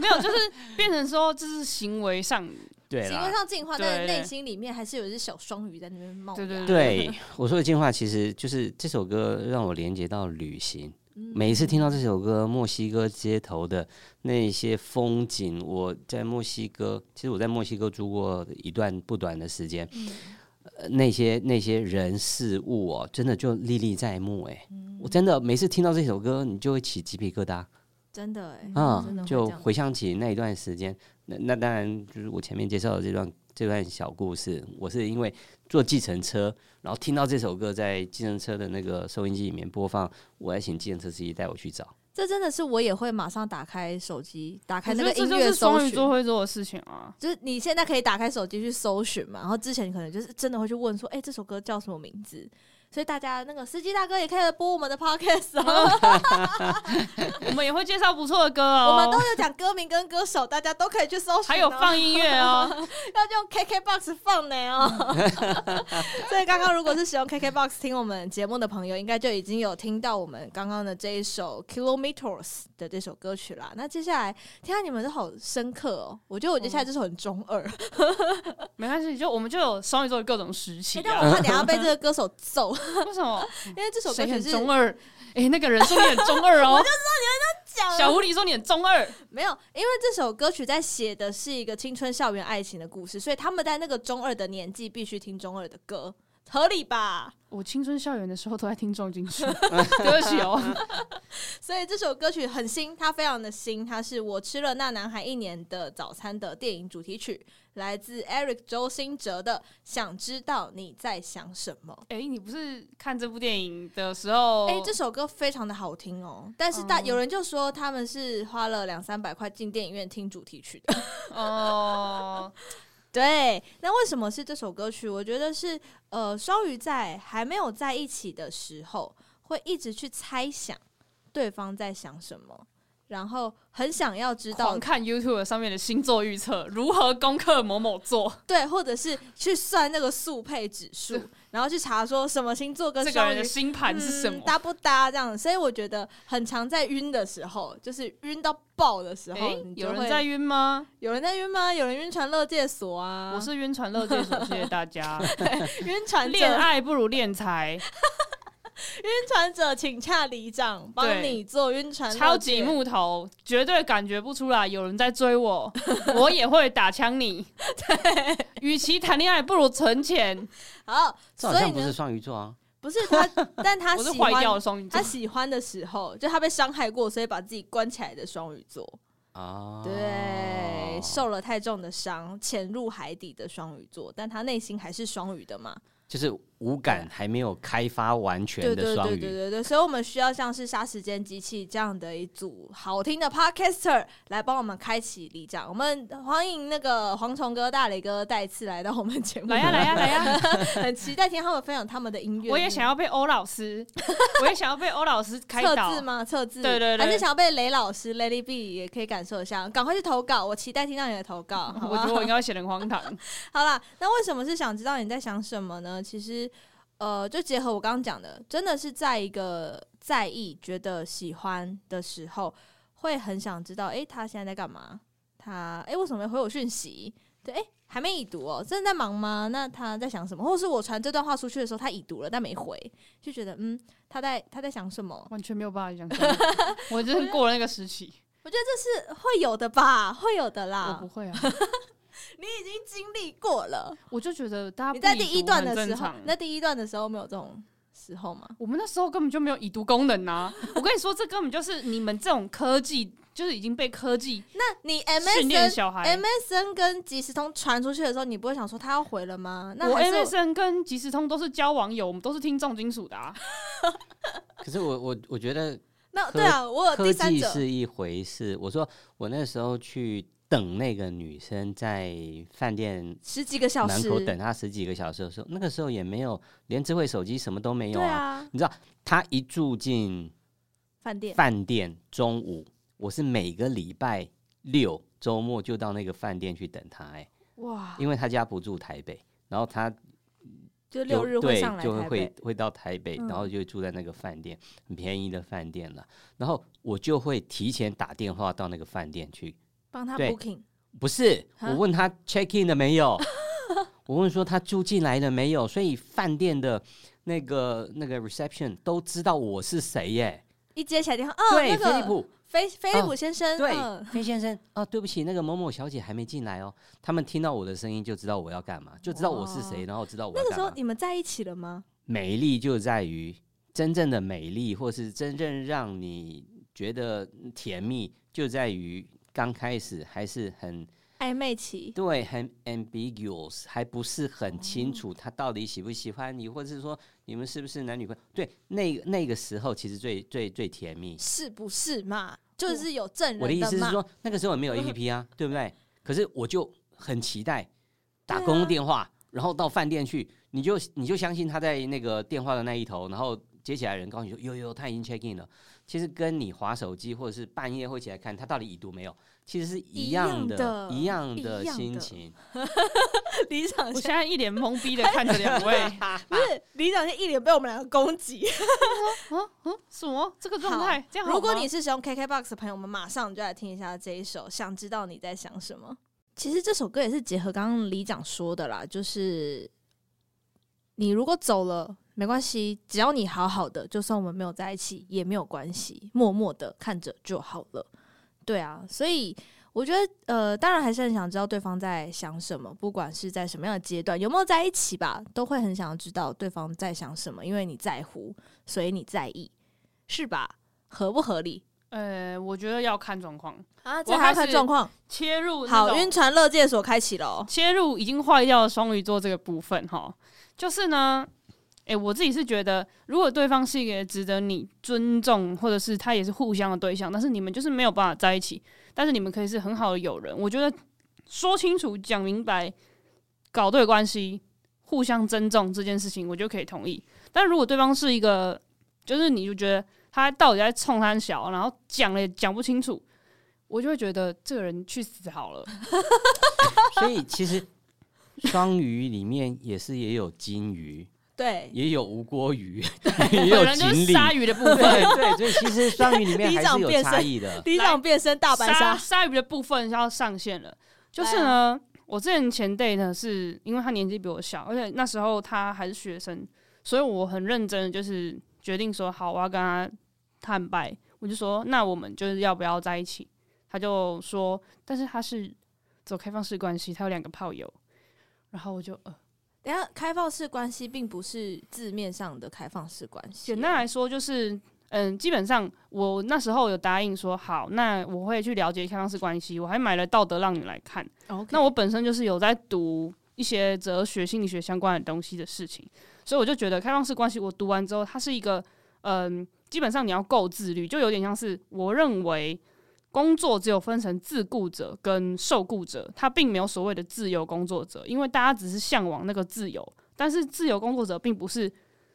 C: 没有，就是变成说这是行为上，
D: 对
A: 行
D: 啦
A: 为。上进化，
C: 对
A: 但是内
C: 对
A: 心里面还是有一只小双鱼在那边冒芽。
C: 对对
D: 对，我说的进化其实就是这首歌让我连接到旅行。每一次听到这首歌，墨西哥街头的那些风景，我在墨西哥，其实我在墨西哥住过一段不短的时间，呃那些那些人事物哦，真的就历历在目。哎，我真的每次听到这首歌，你就会起鸡皮疙瘩。
A: 真的哎，
D: 啊
A: 真的，会
D: 就
A: 这样
D: 回想起那一段时间。那那当然就是我前面介绍的这段这段小故事，我是因为坐计程车，然后听到这首歌在计程车的那个收音机里面播放，我要请计程车司机带我去找。
A: 这真的是我也会马上打开手机，打开
C: 我
A: 那
C: 觉
A: 个
C: 得这
A: 音
C: 就
A: 乐
C: 是
A: 搜
C: 双鱼
A: 寻。
C: 座会做的事情啊。
A: 就是你现在可以打开手机去搜寻嘛，然后之前可能就是真的会去问说，哎、这首歌叫什么名字？所以大家那个司机大哥也可以来播我们的 podcast
C: 嗯
A: 哦，
C: 我们也会介绍不错的歌
A: 我
C: 哦，
A: 们都有讲歌名跟歌手，大家都可以去搜寻、哦。
C: 还有放音乐 哦，
A: 要用 KKBOX 放呢哦。所以刚刚如果是使用 KKBOX 听我们节目的朋友，应该就已经有听到我们刚刚的这一首 Kilometers 的这首歌曲啦。那接下来，天啊，你们都好深刻哦！我觉得我接下来这首很中二，
C: 嗯没关系，就我们就有双鱼座的各种时期
A: 诶哎但我
C: 啊。
A: 怕等一下被这个歌手揍，
C: 为什么？
A: 因为这首歌
C: 谁
A: 曲
C: 很
A: 是
C: 中二？哎，那个人说你很中二 哦，
A: 讲
C: 小狐狸说你很中二，
A: 没有，因为这首歌曲在写的是一个青春校园爱情的故事，所以他们在那个中二的年纪必须听中二的歌，合理吧？
C: 我青春校园的时候都在听 重金属，对不起哦。
A: 所以这首歌曲很新，它非常的新，它是我吃了那男孩一年的早餐的电影主题曲，来自 Eric 周兴哲的《想知道你在想什么》。
C: 哎、你不是看这部电影的时候，
A: 哎、这首歌非常的好听哦，但是大、
C: 嗯
A: 有人就说他们是花了两三百块进电影院听主题曲的。
C: 哦，
A: 对，那为什么是这首歌曲？我觉得是呃，双鱼在还没有在一起的时候，会一直去猜想对方在想什么，然后很想要知道
C: 狂看 YouTube 上面的星座预测，如何攻克某某座，
A: 对，或者是去算那个速配指 数，然后去查说什么星座跟
C: 这个
A: 双
C: 人
A: 鱼
C: 的星盘是什么
A: 嗯？搭不搭这样。所以我觉得很常在晕的时候，就是晕到爆的时
C: 哎、
A: 候，你就
C: 有人
A: 会
C: 在晕吗？
A: 有人在晕吗？有人晕船乐界所啊，
C: 我是 晕船乐界所，谢谢大家。
A: 晕船
C: 恋
A: 者。
C: 爱不如恋财，
A: 晕船者请洽里长帮
C: 对
A: 你做晕船乐
C: 超级
A: 界
C: 木头，绝对感觉不出来有人在 追我，我也会打枪你。对，与其谈恋爱，不如存钱。
A: 好，
D: 这好
A: 所以
D: 像不是
A: 呢，
D: 双鱼座啊，
A: 不是他， 但他
C: 我是
A: 喜
C: 坏掉的
A: 欢
C: 双鱼座
A: 他，喜欢的时候，就他被伤害过，所以把自己关起来的双鱼座，
D: 啊，哦
A: 对，受了太重的伤，潜入海底的双鱼座，但他内心还是双鱼的嘛，
D: 就是五感还没有开发完全
A: 对
D: 的
A: 对
D: 双
A: 对对
D: 鱼，
A: 对对，所以我们需要像是杀时间机器这样的一组好听的 podcaster 来帮我们开启里长，我们欢迎那个蝗虫哥、大雷哥再次来到我们节目，
C: 来呀、来呀、来呀、
A: 很期待听他们分享他们的音乐，
C: 我也想要被欧 老师，我也想要被欧老师开
A: 测
C: 导
A: 字。吗？测字，
C: 对对对
A: 还是想要被雷老师 Lady B 也可以感受一下，赶快去投稿，我期待听到你的投稿，好
C: 我觉
A: 吧
C: 得？我应该会显得很 荒唐。
A: 好啦，那为什么是想知道你在想什么呢？其实，呃，就结合我刚刚讲的，真的是在一个在意、觉得喜欢的时候，会很想知道，诶，他现在在干嘛？他诶，为什么没回我讯息？对，诶，还没已读哦，真的在忙吗？那他在想什么？或是我传这段话出去的时候，他已读了但没回，就觉得嗯，他在他在想什么？
C: 完全没有办法想象，我就是过了那个时 期，
A: 我觉得这是会有的吧，会有的
C: 我
A: 啦
C: 不。会啊，
A: 你已经经历过了，
C: 我就觉得大家
A: 你在
C: 不已
A: 第一
C: 读
A: 段
C: 很
A: 的
C: 正
A: 时候
C: 常，欸
A: 那第一段的时候没有这种时候吗？
C: 我们那时候根本就没有已读功能啊！ 我跟你说，这根本就是你们这种科技，就是已经被科技
A: 那你
C: 训练
A: MSN
C: 小孩。
A: MSN 跟即时通传出去的时候，你不会想说他要回了吗？那
C: 我
A: 还是
C: MSN 跟即时通都是交网友，我们都是听重金属 的啊。
D: 可是我我我觉得
A: 那
D: 科
A: 对啊，我有
D: 科
A: 第三
D: 技
A: 者，
D: 是一回事。我说我那时候去等那个女生在饭店
A: 十几个小
D: 门
A: 时啊
D: 口等她十几个小时的时候，那个时候也没有连智慧手机什么都没有
A: 对啊，
D: 你知道，她一住进
A: 饭店
D: 饭店，中午我是每个礼拜六周末就到那个饭店去等她、哎，
C: 哇，
D: 因为她家不住台北，然后她
A: 就
D: 就
A: 六日会
D: 对
A: 上来
D: 就
A: 台
D: 会会
A: 北，
D: 会到台北，然后
A: 嗯
D: 就住在那个饭店，很便宜的饭店了。然后我就会提前打电话到那个饭店去，
A: 帮他
D: 对
A: booking。
D: 不是
A: 哈
D: 我问他 check in 了没有， 我问说他住进来了没有，所以饭店的那个那个 reception 都知道我是谁耶。
A: 一接起来电话，哦，
D: 对，
A: 那
D: 飞利
A: 个
D: 浦，
A: 菲菲利
D: 哦
A: 普先生，
D: 对
A: 嗯，
D: 飞先生啊，对不起，那个某某小姐还没进来哦。他们听到我的声音就知道我要干嘛，就知道我是谁，然后知道我
A: 那
D: 要
A: 个
D: 干
A: 时候
D: 嘛。
A: 你们在一起了吗？
D: 美丽就在于真正的美丽，或是真正让你觉得甜蜜，就在于刚开始还是很
A: 暧昧期，
D: 对，很 ambiguous，还不是很清楚他到底喜不喜欢你，或者是说你们是不是男女朋友？对，那那个时候其实最最最甜蜜。
A: 是不是嘛？就是有证
D: 我的
A: 人
D: 意思是
A: 嘛。
D: 说，那个时候也没有 A P P 啊，对不对？可是我就很期待打
A: 对啊
D: 公共电话，然后到饭店去，你就你就相信他在那个电话的那一头，然后接起来的人告诉你说：“有有，他已经 check in 了。”其实跟你划手机或者是半夜会起来看他到底已读没有，其实是
A: 一
D: 一
A: 样
D: 样
A: 的
D: 的、一样
A: 一
D: 的
A: 样
D: 心
A: 的
D: 情。
A: 李长
C: 我
A: 先
C: 现在一脸懵逼的看着两位，
A: 不 是李长先一脸被我们两个攻击。
C: 嗯嗯，什么这个状态？这样好吗
A: 如果你是使用 KKBOX 的朋友，我们马上就来听一下这一首《想知道你在想什么》。其实这首歌也是结合刚刚李长说的啦，就是你如果走了没关系，只要你好好的，就算我们没有在一起也没有关系，默默的看着就好了。对啊，所以我觉得呃，当然还是很想知道对方在想什么，不管是在什么样的阶段，有没有在一起吧，都会很想要知道对方在想什么，因为你在乎，所以你在意，是吧？合不合理
C: 呃，我觉得要看状况，
A: 啊？
C: 这
A: 这
C: 还
A: 还
C: 要
A: 要
C: 看
A: 看状
C: 状
A: 况。
C: 切入那
A: 好，
C: 种
A: 晕船乐界所开启了哦。
C: 切入已经坏掉的双鱼座这个部分哈，就是呢，诶、我自己是觉得，如果对方是一个值得你尊重，或者是他也是互相的对象，但是你们就是没有办法在一起，但是你们可以是很好的友人，我觉得说清楚、讲明白、搞对关系、互相尊重这件事情，我就可以同意。但如果对方是一个，就是你就觉得他到底在冲他小，然后讲了也讲不清楚，我就会觉得这个人去死好了。
D: 所以其实双鱼里面也是也有金鱼，
A: 对，
D: 也有无锅鱼，也有
C: 本人就
D: 锦
C: 是
D: 鲤。
C: 鲨鱼的部分，
D: 对对，所以其实双鱼里面
A: 里
D: 还
A: 长
D: 是有
A: 变
D: 差
A: 身
D: 异的。
A: 李长变身 大白
C: 鲨
A: 鲨，
C: 鲨鱼的部分要上线了。就是呢，我之前前 date 呢是因为他年纪比我小，而且那时候他还是学生，所以我很认真，就是决定说好，我要跟他坦白，我就说那我们就是要不要在一起？他就说，但是他是走开放式关系，他有两个炮友，然后我就呃，
A: 等一下开放式关系并不是字面上的开放式关系，
C: 简单来说就是，嗯，基本上我那时候有答应说好，那我会去了解开放式关系，我还买了《道德浪女》来看。
A: 哦 OK，
C: 那我本身就是有在读一些哲学、心理学相关的东西的事情，所以我就觉得开放式关系，我读完之后，它是一个嗯，基本上你要够自律，就有点像是我认为工作只有分成自雇者跟受雇者，它并没有所谓的自由工作者，因为大家只是向往那个自由，但是自由工作者并不是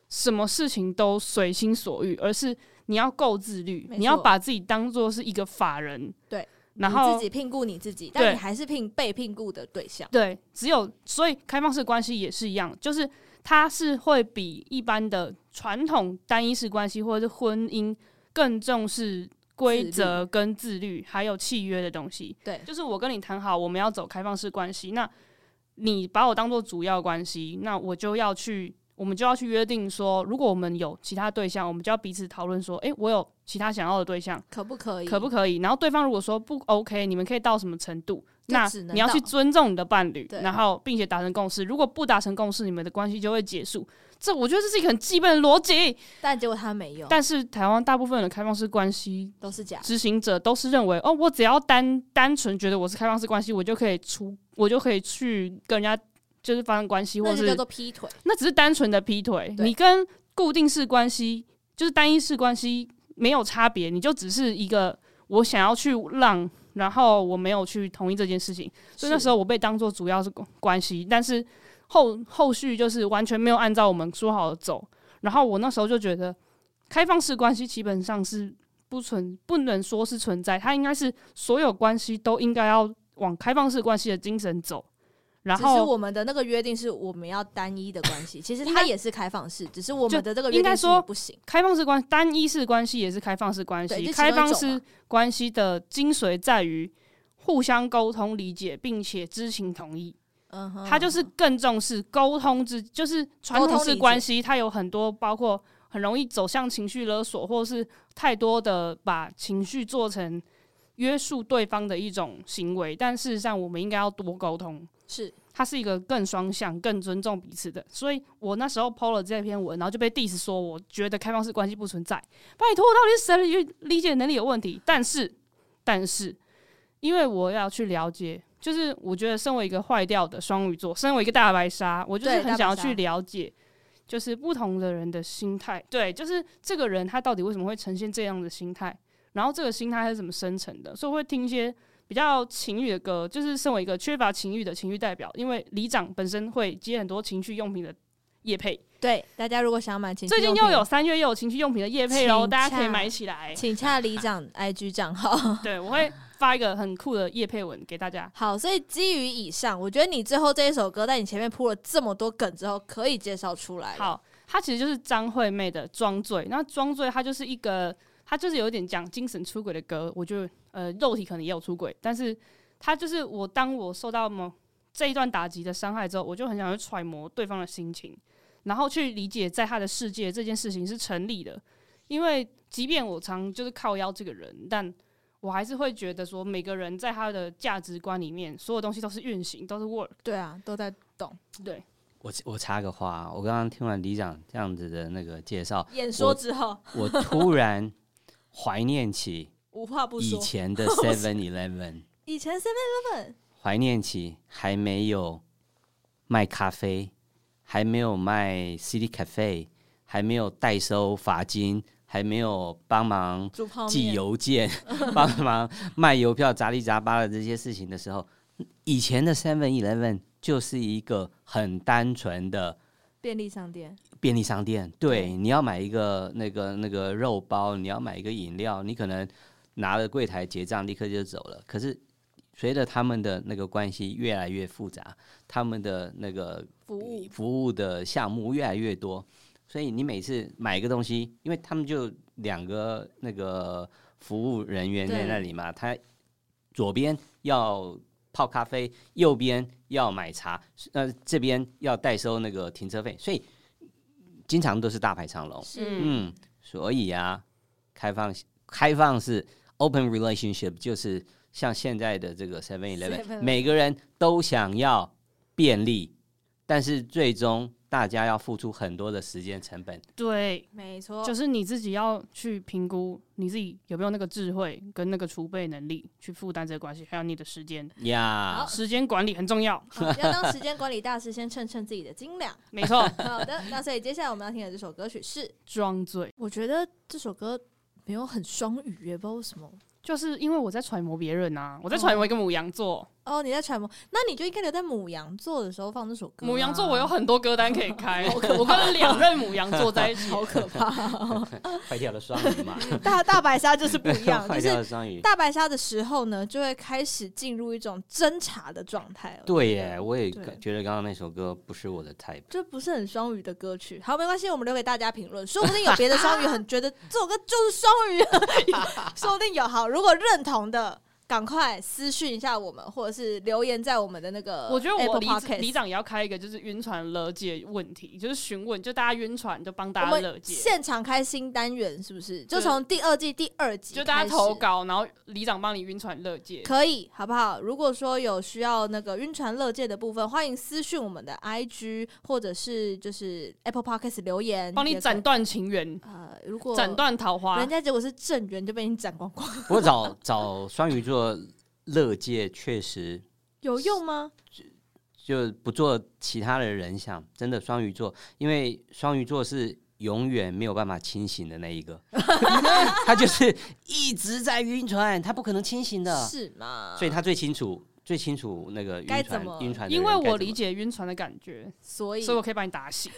C: 什么事情都随心所欲，而是你要够自律，
A: 没
C: 你要
A: 错
C: 把自己当做是一个法人，
A: 对，
C: 然
A: 你
C: 后
A: 自己聘雇你自己，
C: 对
A: 但你还是聘被聘雇的对象。
C: 对，只有所以开放式关系也是一样，就是它是会比一般的传统单一式关系或者是婚姻更重视规则跟自律，还有契约的东西。
A: 对
C: 就是我跟你谈好我们要走开放式关系，那你把我当做主要关系，那我就要去。我们就要去约定说，如果我们有其他对象，我们就要彼此讨论说，诶、我有其他想要的对象，
A: 可不可以？
C: 可不可以？然后对方如果说不 OK，你们可以到什么程度？
A: 就
C: 那
A: 只能
C: 你要去
A: 到
C: 尊重你的伴侣
A: 对，啊
C: 然后并且达成共识。如果不达成共识，你们的关系就会结束。这我觉得这是一个很基本的逻辑。
A: 但结果他没有，
C: 但是台湾大部分的开放式关系
A: 都是假的。
C: 执行者都是认为，哦，我只要单单纯觉得我是开放式关系，我就可以出，我就可以去跟人家就是发生关系，或
A: 那
C: 者
A: 就叫
C: 是
A: 做劈腿，
C: 那只是单纯的劈腿。
A: 对
C: 你跟固定式关系，就是单一式关系没有差别，你就只是一个我想要去浪，然后我没有去同意这件事情，所以那时
A: 候
C: 候我被当做主要是关关系，但是后后续就是完全没有按照我们说好的走。然后我那时候就觉得，开放式关系基本上是不存，不能说是存在，它应该是所有关系都应该要往开放式关系的精神走。然
A: 只是
C: 后
A: 我们的那个约定是我们要单一的关 系，其实
C: 应该
A: 它也是开放式，只是我
C: 就
A: 们的这个
C: 应
A: 约
C: 该
A: 定是
C: 说
A: 你不行。
C: 开放式关单一式关系也是开放式关
A: 对
C: 系，
A: 这其中一
C: 开
A: 种嘛啊
C: 放式关系的精髓在于互相沟通、理解，并且知情同意。
A: 嗯哼，
C: 他就是更重视沟通之，就是传
A: 沟
C: 统
A: 通理
C: 式
A: 解
C: 关系，它有很多包括很容易走向情绪勒索，或是太多的把情绪做成约束对方的一种行为。但事实上，我们应该要多沟通，
A: 是
C: 它是一个更双向、更尊重彼此的。所以我那时候 PO 了这篇文，然后就被 diss 说，我觉得开放式关系不存在。拜托，到底是谁的理理解能力有问题？但是，但是，因为我要去了解，就是我觉得身为一个坏掉的双鱼座，身为一个大白鲨，我就是
A: 对
C: 很想要
A: 大白鲨
C: 去了解。就是不同的人的心态，对，就是这个人他到底为什么会呈现这样的心态，然后这个心态是怎么生成的，所以我会听一些比较情欲的歌，就是身为一个缺乏情欲的情欲代表，因为里长本身会接很多情趣用品的业配，
A: 对大家如果想买情趣
C: 最近
A: 用品
C: 又有三月又有情趣用品的业配喽，
A: 请
C: 大家可以
A: 洽
C: 买起来。
A: 请洽里长 IG 账号。
C: 对，我会发一个很酷的业配文给大家。
A: 好，所以基于以上，我觉得你最后这一首歌，在你前面铺了这么多梗之后，可以介绍出来。，
C: 好，它其实就是张惠妹的《装醉》，那《装醉》它就是一个，它就是有点讲精神出轨的歌。我就呃，肉体可能也有出轨，但是它就是我当我受到某这一段打击的伤害之后，我就很想去揣摩对方的心情，然后去理解在他的世界这件事情是成立的。因为即便我常就是靠腰这个人，但我还是会觉得说，每个人在他的价值观里面，所有东西都是运行，都是 work。
A: 对啊，都在动
C: 对，
D: 我我插个话啊，我刚刚听完李长这样子的那个介绍，
A: 演说之后，
D: 我突然怀念起
A: 无话不
D: 以
A: 说。
D: 前的 Seven Eleven，
A: 以前 Seven Eleven
D: 怀念起还没有卖咖啡，还没有卖 City Cafe，还没有代收罚金，还没有帮忙
A: 煮泡
D: 寄
A: 面，
D: 邮件、帮忙卖邮票、杂七杂八的这些事情的时候，以前的 Seven Eleven 就是一个很单纯的
A: 便利商店，
D: 便利商店。对，
A: 对
D: 你要买一个那个那个肉包，你要买一个饮料，你可能拿了柜台结账，立刻就走了。可是随着他们的那个关系越来越复杂，他们的那个
A: 服务
C: 嗯
D: 服务的项目越来越多，所以你每次买一个东西，因为他们就两个那个服务人员在
A: 对
D: 那里嘛，他左边要泡咖啡，右边要买茶，呃，这边要代收那个停车费，所以经常都是大排长龙。
A: 是
C: 嗯
D: 嗯，所以啊，开放开放是 open relationship，就是像现在的这个 Seven Eleven，
A: 7-Eleven
D: 每个人都想要便利，但是最终大家要付出很多的时间成本。
C: 对，
A: 没错，
C: 就是你自己要去评估你自己有没有那个智慧跟那个储备能力去负担这个关系，还有你的时间，
D: 呀、
A: 好
C: 时间管理很重要。
A: 好要当时间管理大师，先称称自己的斤 两。
C: 没 错，
A: 好的，那所以接下来我们要听的这首歌曲是，
C: 装醉
A: 我觉得这首歌没有很双语耶，不知道为什么。
C: 就是因为我在揣摩别人啊，我在揣摩一个母羊座，
A: 哦，你在揣摩，那你就应该留在母羊座的时候放这首歌、啊
C: 母羊座我有。很多歌单可以 开，我跟两任母羊座在一起，
A: 好可怕、
D: 坏掉了双鱼嘛，
A: 大大白鲨 就是不一 样，就
D: 坏掉
A: 是
D: 了双鱼。
A: 大白鲨的时候呢，就会开始进入一种侦查的状态了。
D: 对耶，我也
A: 对
D: 觉得刚刚那首歌不是我的 type。
A: 这不是很双语的歌曲，好，没关系，我们留给大家评论，说不定有别的双语 很觉得这首歌就是双语， 说不定有好，如果认同的，赶快私讯一下我们，或者是留言在我们的那个 Apple
C: 我觉得我
A: p
C: 里
A: o d
C: 里长也要开一个，就是晕船了解问题，就是询问，就大家晕船就帮大
A: 我
C: 家了
A: 们
C: 解，
A: 现场开新单元是不是？就
C: 对
A: 从第二季第二集
C: 就大
A: 开
C: 家
A: 始
C: 投稿，然后里长帮你晕船乐界。
A: 可以，好不好？如果说有需要那个晕船乐界的部分，欢迎私讯我们的 IG 或者是就是 Apple Podcast 留言，
C: 帮你
A: 也可
C: 斩断情缘，
A: 呃，如果
C: 斩断桃花
A: 人。家结果是正缘，就被你斩光光，
D: 我找找双鱼座乐界确实
A: 有用吗？
D: 就不做其他的人想，真的双鱼座，因为双鱼座是永远没有办法清醒的那 一个，他就是一直在晕船，他不可能清醒的，
A: 是吗？
D: 所以他最清楚，最清楚那个
A: 该
D: 晕
A: 怎
D: 船
A: 么
D: 晕船的人
C: 因为我理
D: 该
C: 解晕船的感觉，
A: 所以
C: 所以我可以把你打醒。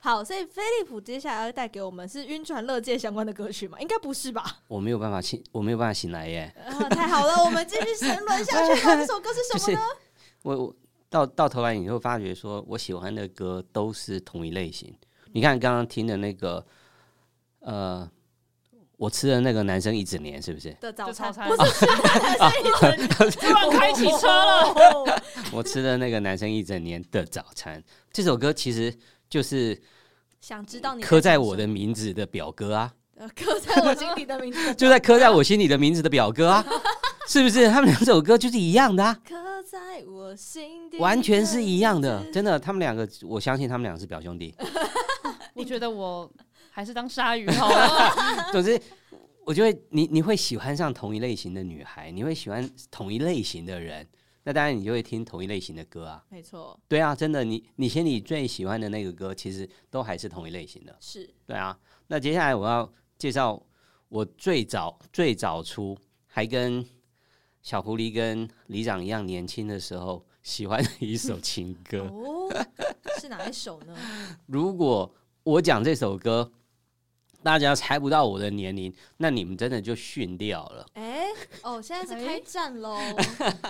A: 好，所以飞利浦接下来要带给我们是晕船乐界相关的歌曲吗？应该不是吧
D: 怎、么我没有办法清，我没有办法醒来耶，
A: 啊太好了，我们继续沉沦下去吧。这首歌 是什么
D: 就是
A: 呢？
D: 我我到到头来你会发觉说我喜欢的歌都是同一类型，你看刚刚听的那个，呃，我吃的那个男生一整年是不是？
A: 的早
C: 就早
A: 餐
C: 餐
A: 不 是吃的，是一整
C: 突然开启车了，
A: 了。
D: 我吃了那个男生一整年的早餐。这首歌其实就是
A: 想知道你
D: 刻在我的名字的表哥啊，
A: 呃刻在我心底的名字，
D: 就在刻在我心里的名字的表哥啊， 是不是？他们两首歌就是一样的啊，
A: 刻在我心底，
D: 完全是一样的，真的。他们两个，我相信他们两个是表兄弟。
C: 我觉得我还是当鲨鱼好了。
D: 总之，我就会你你会喜欢上同一类型的女孩，你会喜欢同一类型的人，那当然你就会听同一类型的歌啊。
A: 没错，
D: 对啊，真的，你你心里最喜欢的那个歌，其实都还是同一类型的。
A: 是
D: 对啊，那接下来我要介绍我最早最早出还跟小狐狸跟里长一样年轻的时候喜欢的 一首情歌。
A: 哦，是哪一首呢？
D: 如果我讲这首歌，大家猜不到我的年龄，那你们真的就逊掉了。
A: 哎、哦，现在是开
C: 哎
A: 战喽！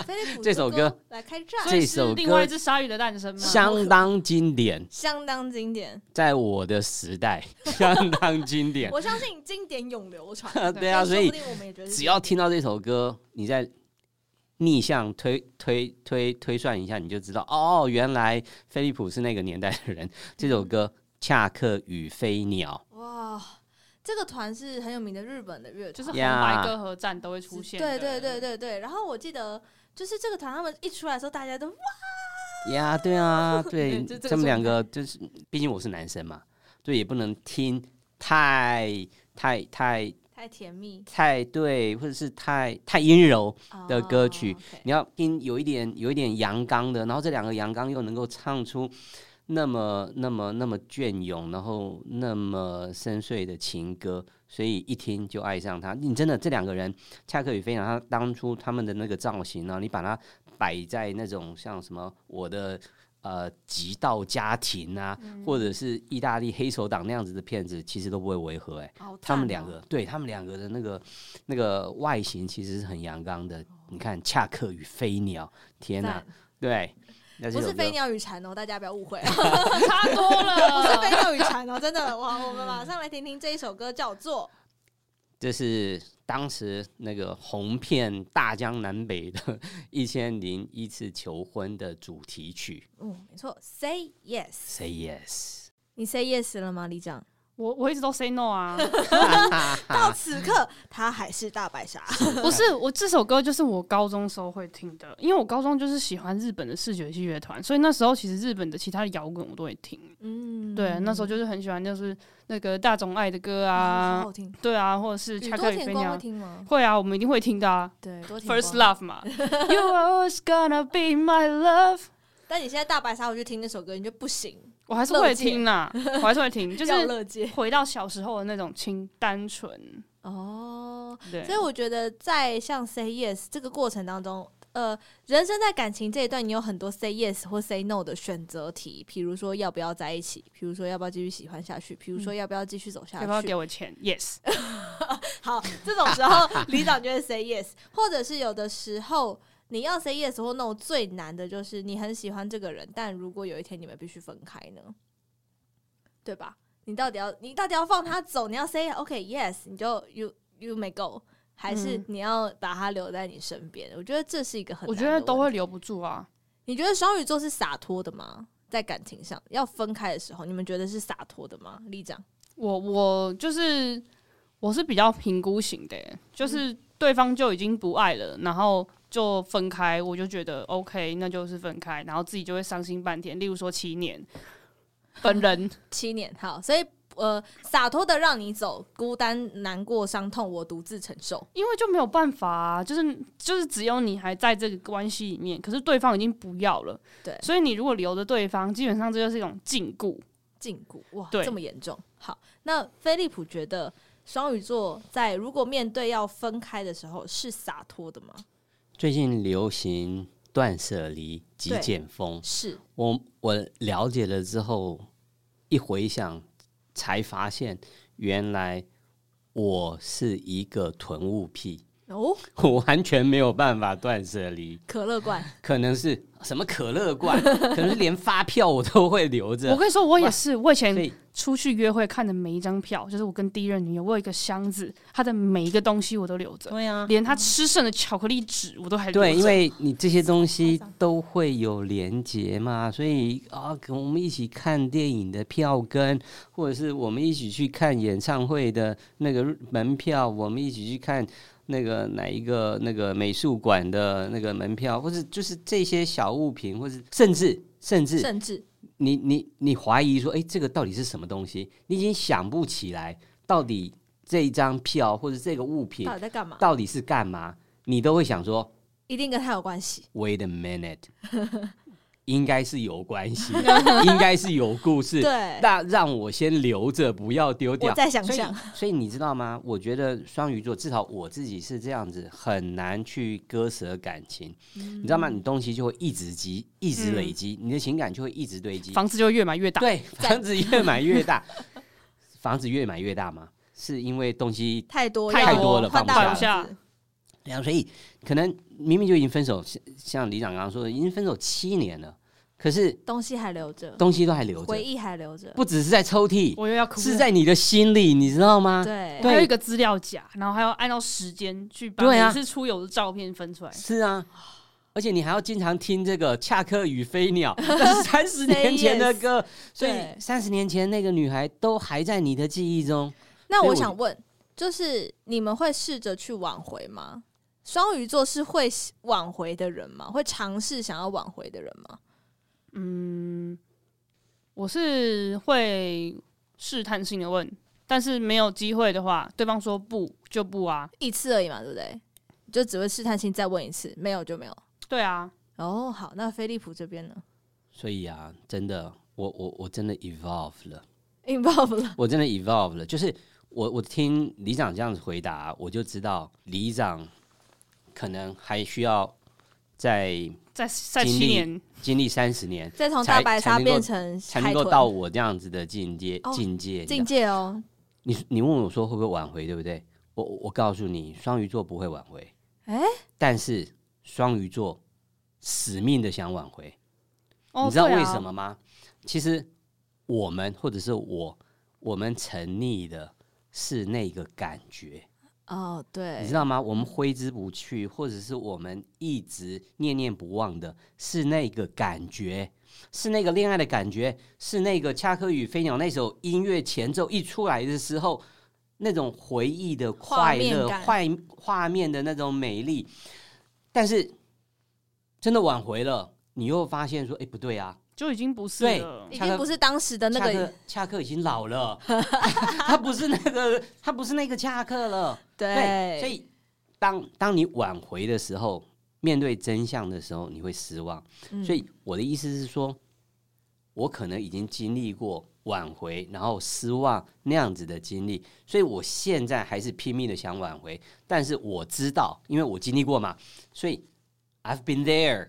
A: 飞利浦
D: 这首歌
A: 来开战，
C: 所以
D: 这首
C: 是
D: 歌
C: 另外一只鲨鱼的诞生吗？
D: 相当经典，
A: 相当经典，
D: 在我的时代相当经典。
A: 我相信经典永流传。
D: 对啊，
A: 但
D: 所
A: 说不
D: 以
A: 定我们也觉得是
D: 只要听到这首歌，你再逆向推推推推算一下，你就知道哦，原来菲利普是那个年代的人。这首歌《恰克与飞鸟
A: 哇，这个团是很有名的日本的乐团，
C: 就是红
D: 呀
C: 白歌合战都会出现。
A: 对对对，对对。然后我记得，就是这个团他们一出来的时候，大家都哇》
D: 呀，对啊， 对
C: 对这，这个
D: 他
C: 状
D: 们两个就是，毕竟我是男生嘛，所以也不能听太太太
A: 太甜蜜
D: 太对，或者是太太阴柔。的歌曲
A: 哦，OK
D: 你要听有一点有一点阳刚的，然后这两个阳刚又能够唱出那么那么那么隽永，然后那么深邃的情歌，所以一听就爱上他。你真的这两个人，恰克与飞鸟，他当初他们的那个造型啊呢、你把它摆在那种像什么我的。呃，极道家庭啊，或者是意大利黑手党那样子的片子，其实都不会违和、欸。
C: 好
D: 他们
C: 赞
D: 两
C: 哦
D: 个，对他们两个的那个那个外形其实是很阳刚的。你看《恰克与飞鸟》，天哪、
A: 赞
D: 对，那这
A: 不是
D: 首
A: 飞
D: 歌
A: 鸟与蝉哦，大家不要误会，
C: 差 多
A: 不是
C: 了。
A: 飞鸟与蝉哦，真的。哇，我们马上来听听这一首歌，叫做
D: 这是当时那个红遍大江南北的 《一千零一次求婚》的主题曲
A: 嗯，没错，Say Yes。
D: ，Say Yes。
A: 你你 say yes 了吗，李长？
C: 我我一直都 say no 啊，
A: 到此刻，他还是大白鲨。
C: 不是我这首歌就是我高中时候会听的，因为我高中就是喜欢日本的视觉系乐团，所以那时候其实日本的其他的摇滚我都会听。
A: 嗯，
C: 对，那时候就是很喜欢，就是那个大冢爱的歌
A: 啊，好
C: 啊
A: 好，听。
C: 对啊，或者是
A: 宇
C: 恰
A: 多
C: 克里
A: 田
C: 飞
A: 光会
C: 鸟，
A: 听吗？
C: 会啊，我们一定会听的啊。
A: 对多田光
C: First love 嘛 ，You are always gonna be my love。
A: 但你现在大白鲨，我去听那首歌，你就不行，
C: 我还是会听呐、我还是会听，就
A: 要
C: 是
A: 乐界
C: 回到小时候的那种清单纯。
A: 哦。
C: 对
A: 所以，我觉得在像 say yes 这个过程当中，呃，人生在感情这一段，你有很多 say yes 或 say no 的选择题，比如说要不要在一起，比如说要不要继续喜欢下去，比如说要不要继续走下
C: 嗯要不要
A: 去。
C: 给我钱？Yes，
A: 好，这种时候里长就会 say yes，或者是有的时候你要 say yes 或 no，最难的就是你很喜欢这个人，但如果有一天你们必须分开呢，对吧？你到底要你到底要放他走？你要 say OK yes，你就 you you may go，还是
C: 嗯
A: 你要把他留在你身边？我觉得这是一个很
C: 我
A: 难
C: 觉
A: 的
C: 得都
A: 问
C: 会
A: 题。
C: 留不住啊。
A: 你觉得双鱼座是洒脱的吗？在感情上要分开的时候，你们觉得是洒脱的吗？里长，
C: 我我就是我是比较评估型的耶，
A: 嗯
C: 就是对方就已经不爱了，然后就分开，我就觉得 OK，那就是分开，然后自己就会伤心半天。例如说七年，本人
A: 七年，好，所以呃，洒脱的让你走，孤单、难过、伤痛，我独自承受。
C: 因为就没有办法、啊，就是就是只有你还在这个关系里面，可是对方已经不要了，
A: 对
C: 所以你如果留着对方，基本上这就是一种禁锢。
A: 禁锢，哇，
C: 对
A: 这么严重。好，那菲利普觉得双鱼座在如果面对要分开的时候是洒脱的吗？
D: 最近流行断舍离、极
A: 对
D: 简风，
A: 是，
D: 我我了解了之后，一回想才发现，原来我是一个囤物癖，
A: 哦，
D: 我完全没有办法断舍离，
A: 可乐罐，
D: 可能是什么可乐罐，可能是连发票我都会留
C: 我
D: 着。
C: 跟你说，我也是，我以前
D: 啊所以
C: 出去约会看的每一张票，就是我跟第一任女友，我有一个箱子，她的每一个东西我都留着，
D: 对啊，
C: 连她吃剩的巧克力纸我都还留着。
D: 对，因为你这些东西都会有连结嘛，所以啊，跟我们一起看电影的票根，或者是我们一起去看演唱会的那个门票，我们一起去看那个哪一个那个美术馆的那个门票，或者就是这些小物品，或者甚至甚至
A: 甚至
D: 你你你怀疑说，哎、这个到底是什么东西？你已经想不起来到底这一张票或者这个物品
A: 到底在干嘛？
D: 到底是干嘛，你都会想说。
A: 一定跟他有关系。
D: Wait a minute，应该是有关系，应该是有故事。
A: 对，
D: 那让我先留着，不啊要丢掉。
A: 我再想想
D: 所以。所以你知道吗？我觉得双鱼座，至少我自己是这样子，很难去割舍感情。你知道吗？你东西就会一直积，一直累积，你的情感就会一直堆积。
C: 房子就越买越大，
D: 对，房子越买越大， 房子越买越大吗？是因为东西
A: 太多
C: 太
A: 要
D: 多了
A: 换
D: 放
A: 大
D: 不
C: 下
A: 房子
D: 对啊，所以可能明明就已经分手，像像李长刚刚说的，已经分手七年了，可是
A: 东西还留着，
D: 东西都还留着
A: 回，忆还留着，
D: 不只是在抽屉，
C: 我又要哭了。
D: 是在你的心里，你知道吗？
A: 对
C: 还有
D: 对
C: 一个资料夹，然后还要按照时间去把
D: 对啊
C: 每次出游的照片分出来。
D: 是啊，而且你还要经常听这个《恰克与飞 鸟》，那是三十年前的歌，所以
A: 对
D: 三十年前那个女孩都还在你的记忆中。
A: 那
D: 所以
A: 我
D: 我
A: 想问，就是你们会试着去挽回吗？双鱼座是会挽回的人吗？会尝试想要挽回的人吗？
C: 嗯，我是会试探性的问，但是没有机会的话，对方说不就不啊。
A: 一次而已嘛，对不对？就只会试探性再问一次，没有就没有。
C: 对啊，
A: 哦，好，那飞利浦这边呢
D: 所以啊，真的，我我我真的 evolve 了。
A: ？involve 了，
D: 我真的 evolve 了，就是我我听里长这样子回答，我就知道里长可能还需要再
C: 在在
D: 经
C: 七
D: 历
C: 年，
D: 经历三十年，
A: 再从
D: 才
A: 大白鲨
D: 才能够
A: 变成
D: 才
A: 海
D: 能够
A: 豚
D: 到我这样子的境界、
A: 哦
D: 境界。你知
A: 境
D: 道
A: 界哦。
D: 你你问我说会不会挽回，对不对？我我我告诉你，双鱼座不会挽回，
A: 哎、
D: 但是双鱼座死命的想挽回，
C: 哦
D: 你知道
C: 对啊
D: 为什么吗？
A: 啊
D: 其实我们或者是我，我们沉溺的是那个感觉。
A: 哦，
D: 你
A: 对
D: 知，道吗？我们挥之不去，或者是我们一直念念不忘的，是那个感觉。是那个恋爱的感觉，是那个《恰克与飞鸟》那首音乐前奏一出来的时候，那种回忆的快乐、
A: 画
D: 画画面的那种美丽。但是真的挽回了，你又发现说，哎，不对啊，
C: 就已经不是
D: 对
C: 了。
A: 已
D: 恰
A: 经
D: 克
A: 不是当时的呃那
D: 恰
A: 个
D: 克恰克已经老了， 他不是那个他不是那个恰克了。对，所
A: 对，
D: 以当当你挽回的时候，面对真相的时候，你会失望。
A: 嗯
D: 所以我的意思是说，我可能已经经历过挽回，然后失望那样子的经历，所以我现在还是拼命的想挽回，但是我知道，因为我经历过嘛，所以 I've been there，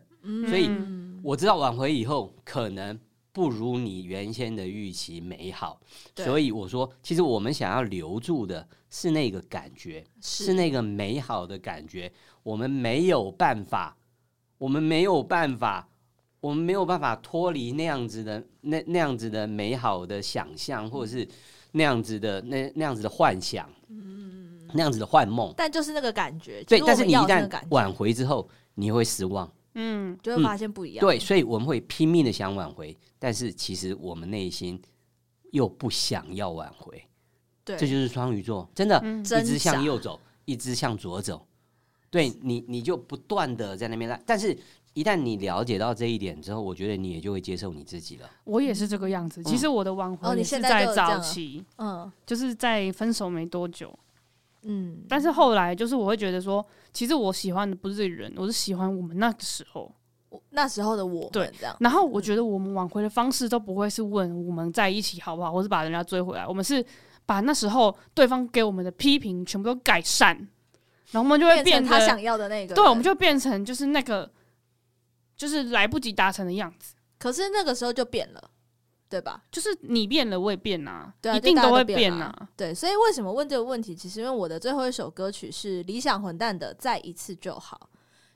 D: 所以
A: 嗯
D: 我知道挽回以后可能不如你原先的预期美好，
A: 对
D: 所以我说，其实我们想要留住的是那个感觉，
A: 是
D: 是那个美好的感觉。我们没有办法，我们没有办法，我们没有办法脱离那样子的那那样子的美好的想象，或者是那样子的那那样子的幻想，那样子的幻梦。
A: 但就是那个感觉，
D: 对，
A: 其实嗯我
D: 但是
A: 们
D: 你一
A: 要的那
D: 旦
A: 个感觉，
D: 挽回之后，你会失望。
C: 嗯，
A: 就会发现不一样。
D: 对，，所以我们会拼命的想挽回，但是其实我们内心又不想要挽回。
A: 对，
D: 这就是双鱼座，真的，
C: 嗯
A: 挣
D: 一只向
A: 扎
D: 右走，一只向左走。对你，你就不断的在那边拉，但是一旦你了解到这一点之后，我觉得你也就会接受你自己了。
C: 我也是这个样子。
D: 嗯
C: 其实我的挽
A: 哦
C: 回
A: 你
C: 也是
A: 现在就有这样
C: 早
A: 了
C: 期，
A: 嗯
C: 就是在分手没多久，
A: 嗯，
C: 但是后来就是我会觉得说，其实我喜欢的不是这个人，我是喜欢我们那个时候。
A: 我那时候的我
C: 对
A: 们这样，
C: 然后我觉得我们挽回的方式都不会是问我们在一起好不好，或是把人家追回来，我们是把那时候对方给我们的批评全部都改善，然后我们就会
A: 变
C: 变
A: 成他
C: 得
A: 想要的那个人。
C: 对，我们就变成就是那个就是来不及达成的样子，
A: 可是那个时候就变了，对吧？
C: 就是你变了，我也变啊，
A: 对啊
C: 一定都会
A: 就大家都变
C: 啊。
A: 对，所以为什么问这个问题？其实因为我的最后一首歌曲是《理想混蛋》的《再一次就好》，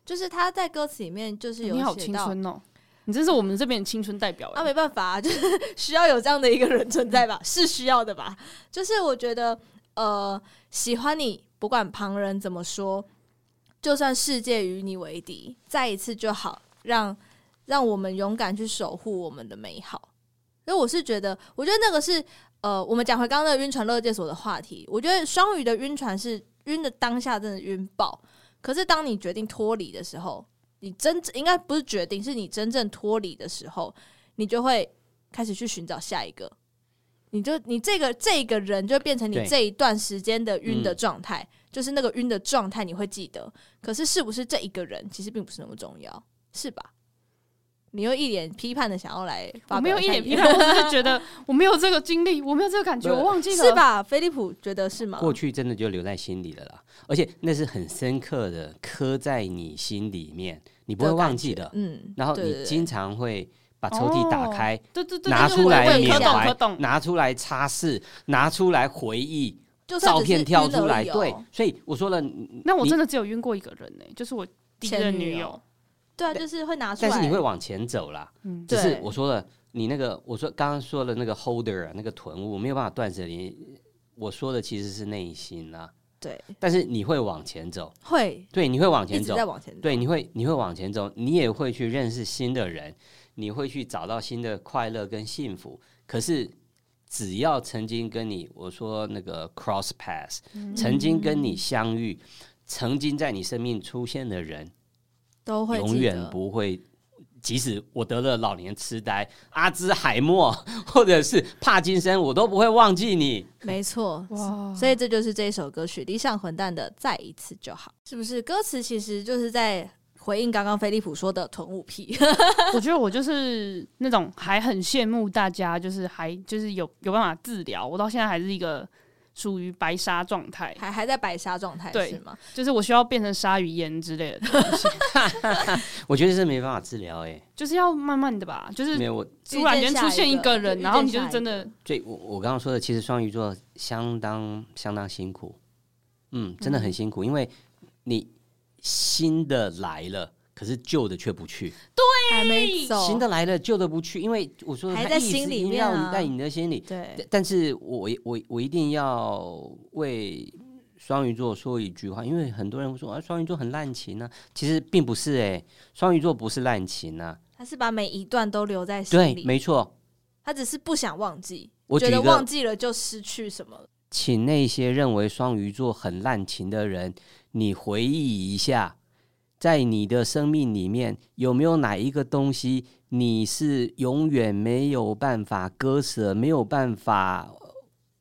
A: 就是他在歌词里面就是有
C: 你好
A: 写
C: 青
A: 到，
C: 春哦，你真是我们这边的青春代表
A: 啊，
C: 哎、
A: 没办法、啊，就是需要有这样的一个人存在吧， 是需要的吧？就是我觉得，呃，喜欢你，不管旁人怎么说，就算世界与你为敌，再一次就好，让让我们勇敢去守护我们的美好。所以我是觉得，我觉得那个是，呃，我们讲回刚刚的晕船乐界所的话题，我觉得双鱼的晕船是晕的当下真的晕爆，可是当你决定脱离的时候。你真应该不是决定，是你真正脱离的时候，你就会开始去寻找下一个。你就你这个这个人就变成你
D: 对
A: 这一段时间的晕的
D: 嗯
A: 状态，就是那个晕的状态你会记得。可是是不是这一个人其实并不是那么重要，是吧？你又一脸批判的想要来发
C: 我
A: 表下意见，
C: 没有一脸批判，我 只是觉得我没有这个经历，我没有这个 感觉，
D: 不
C: 我忘记了，
A: 是？吧？菲利普觉得是吗？
D: 过去真的就留在心里了啦，而且那是很深刻的，刻在你心里面，你不会
A: 的感
D: 忘记的。
A: 嗯，
D: 然后
A: 对
D: 你
A: 对对
D: 经常会把抽屉打
C: 哦
D: 开，
C: 对对对，
D: 拿
C: 对对
D: 出来
C: 对
D: 缅
C: 可懂可
D: 怀
C: 懂，，
D: 拿出来擦拭，拿出来回忆，
A: 就算
D: 照
A: 只是
D: 片跳
A: 晕而
D: 出来。
A: 已哦
D: 对，所以我说了，
C: 那我
D: 你
C: 真的只有晕过一个人呢、欸就是我第一
A: 前
C: 任
A: 女
C: 女
A: 友
C: 友。
A: 对啊，就是会拿出来。
D: 但是你会往前走啦。
C: 嗯，
D: 只是
A: 对
D: 我说了，你那个我说刚刚说的那个 holder 啊，那个臀物没有办法断舍离。我说的其实是内心啦、
A: 对
D: 但是你会往前走，
A: 会
D: 对，你会往
A: 一
D: 前
A: 直
D: 走，
A: 在往前走。
D: 对，你会你会往前走，你也会去认识新的人，你会去找到新的快乐跟幸福。可是，只要曾经跟你我说那个 cross path，、曾
A: 嗯
C: 嗯
D: 经跟你相遇，曾经在你生命出现的人，
A: 都会
D: 永
A: 记
D: 远
A: 得
D: 不会。即使我得了老年痴呆、阿兹海默或者是帕金森，我都不会忘记你。
A: 没错，
C: 哇，
A: 所以这就是这一首歌曲《理想混蛋》的《再一次就好》，是不是？歌词其实就是在回应刚刚飞利浦说的“囤物癖
C: 我觉得我就是那种还很羡慕大家，就是还就是有有办法治疗，我到现在还是一个属于白沙状”，态，
A: 还还在白沙状态
C: 对
A: 是吗？
C: 就是我需要变成鲨鱼烟之类的 东西，
D: 我觉得是没办法治疗诶、
C: 就是要慢慢的吧，就是
D: 没有我
C: 突然间
A: 遇
C: 出现
A: 见下一
C: 个
A: 个
C: 人，
A: 就
C: 然后
A: 遇
C: 你
A: 见
C: 就是
A: 下一
C: 真的
D: 对我我刚刚说的，其实双鱼座相当相当辛苦，嗯，真的很辛苦，因为你新的来了，可是旧的却不去，
A: 还没走，
D: 新的来了，旧的不去，因为我说的
A: 哦还
D: 它
A: 在
D: 一直
A: 心里
D: 萦
A: 面
D: 绕
A: 啊
D: 在你的心里。
A: 对，
D: 但是我我我一定要为双鱼座说一句话，因欸为很多人会说啊，双鱼座很滥情啊，其实并不是哎、双鱼座不是滥情啊，
A: 他是把每一段都留在心
D: 对，
A: 里，
D: 没错。
A: 他只是不想忘记，
D: 我
A: 觉
D: 举
A: 得
D: 一个
A: 忘记了就失去什么了。
D: 请那些认为双鱼座很滥情的人，你回忆一下，在你的生命里面有没有哪一个东西你是永远没有办法割舍、没有办法呃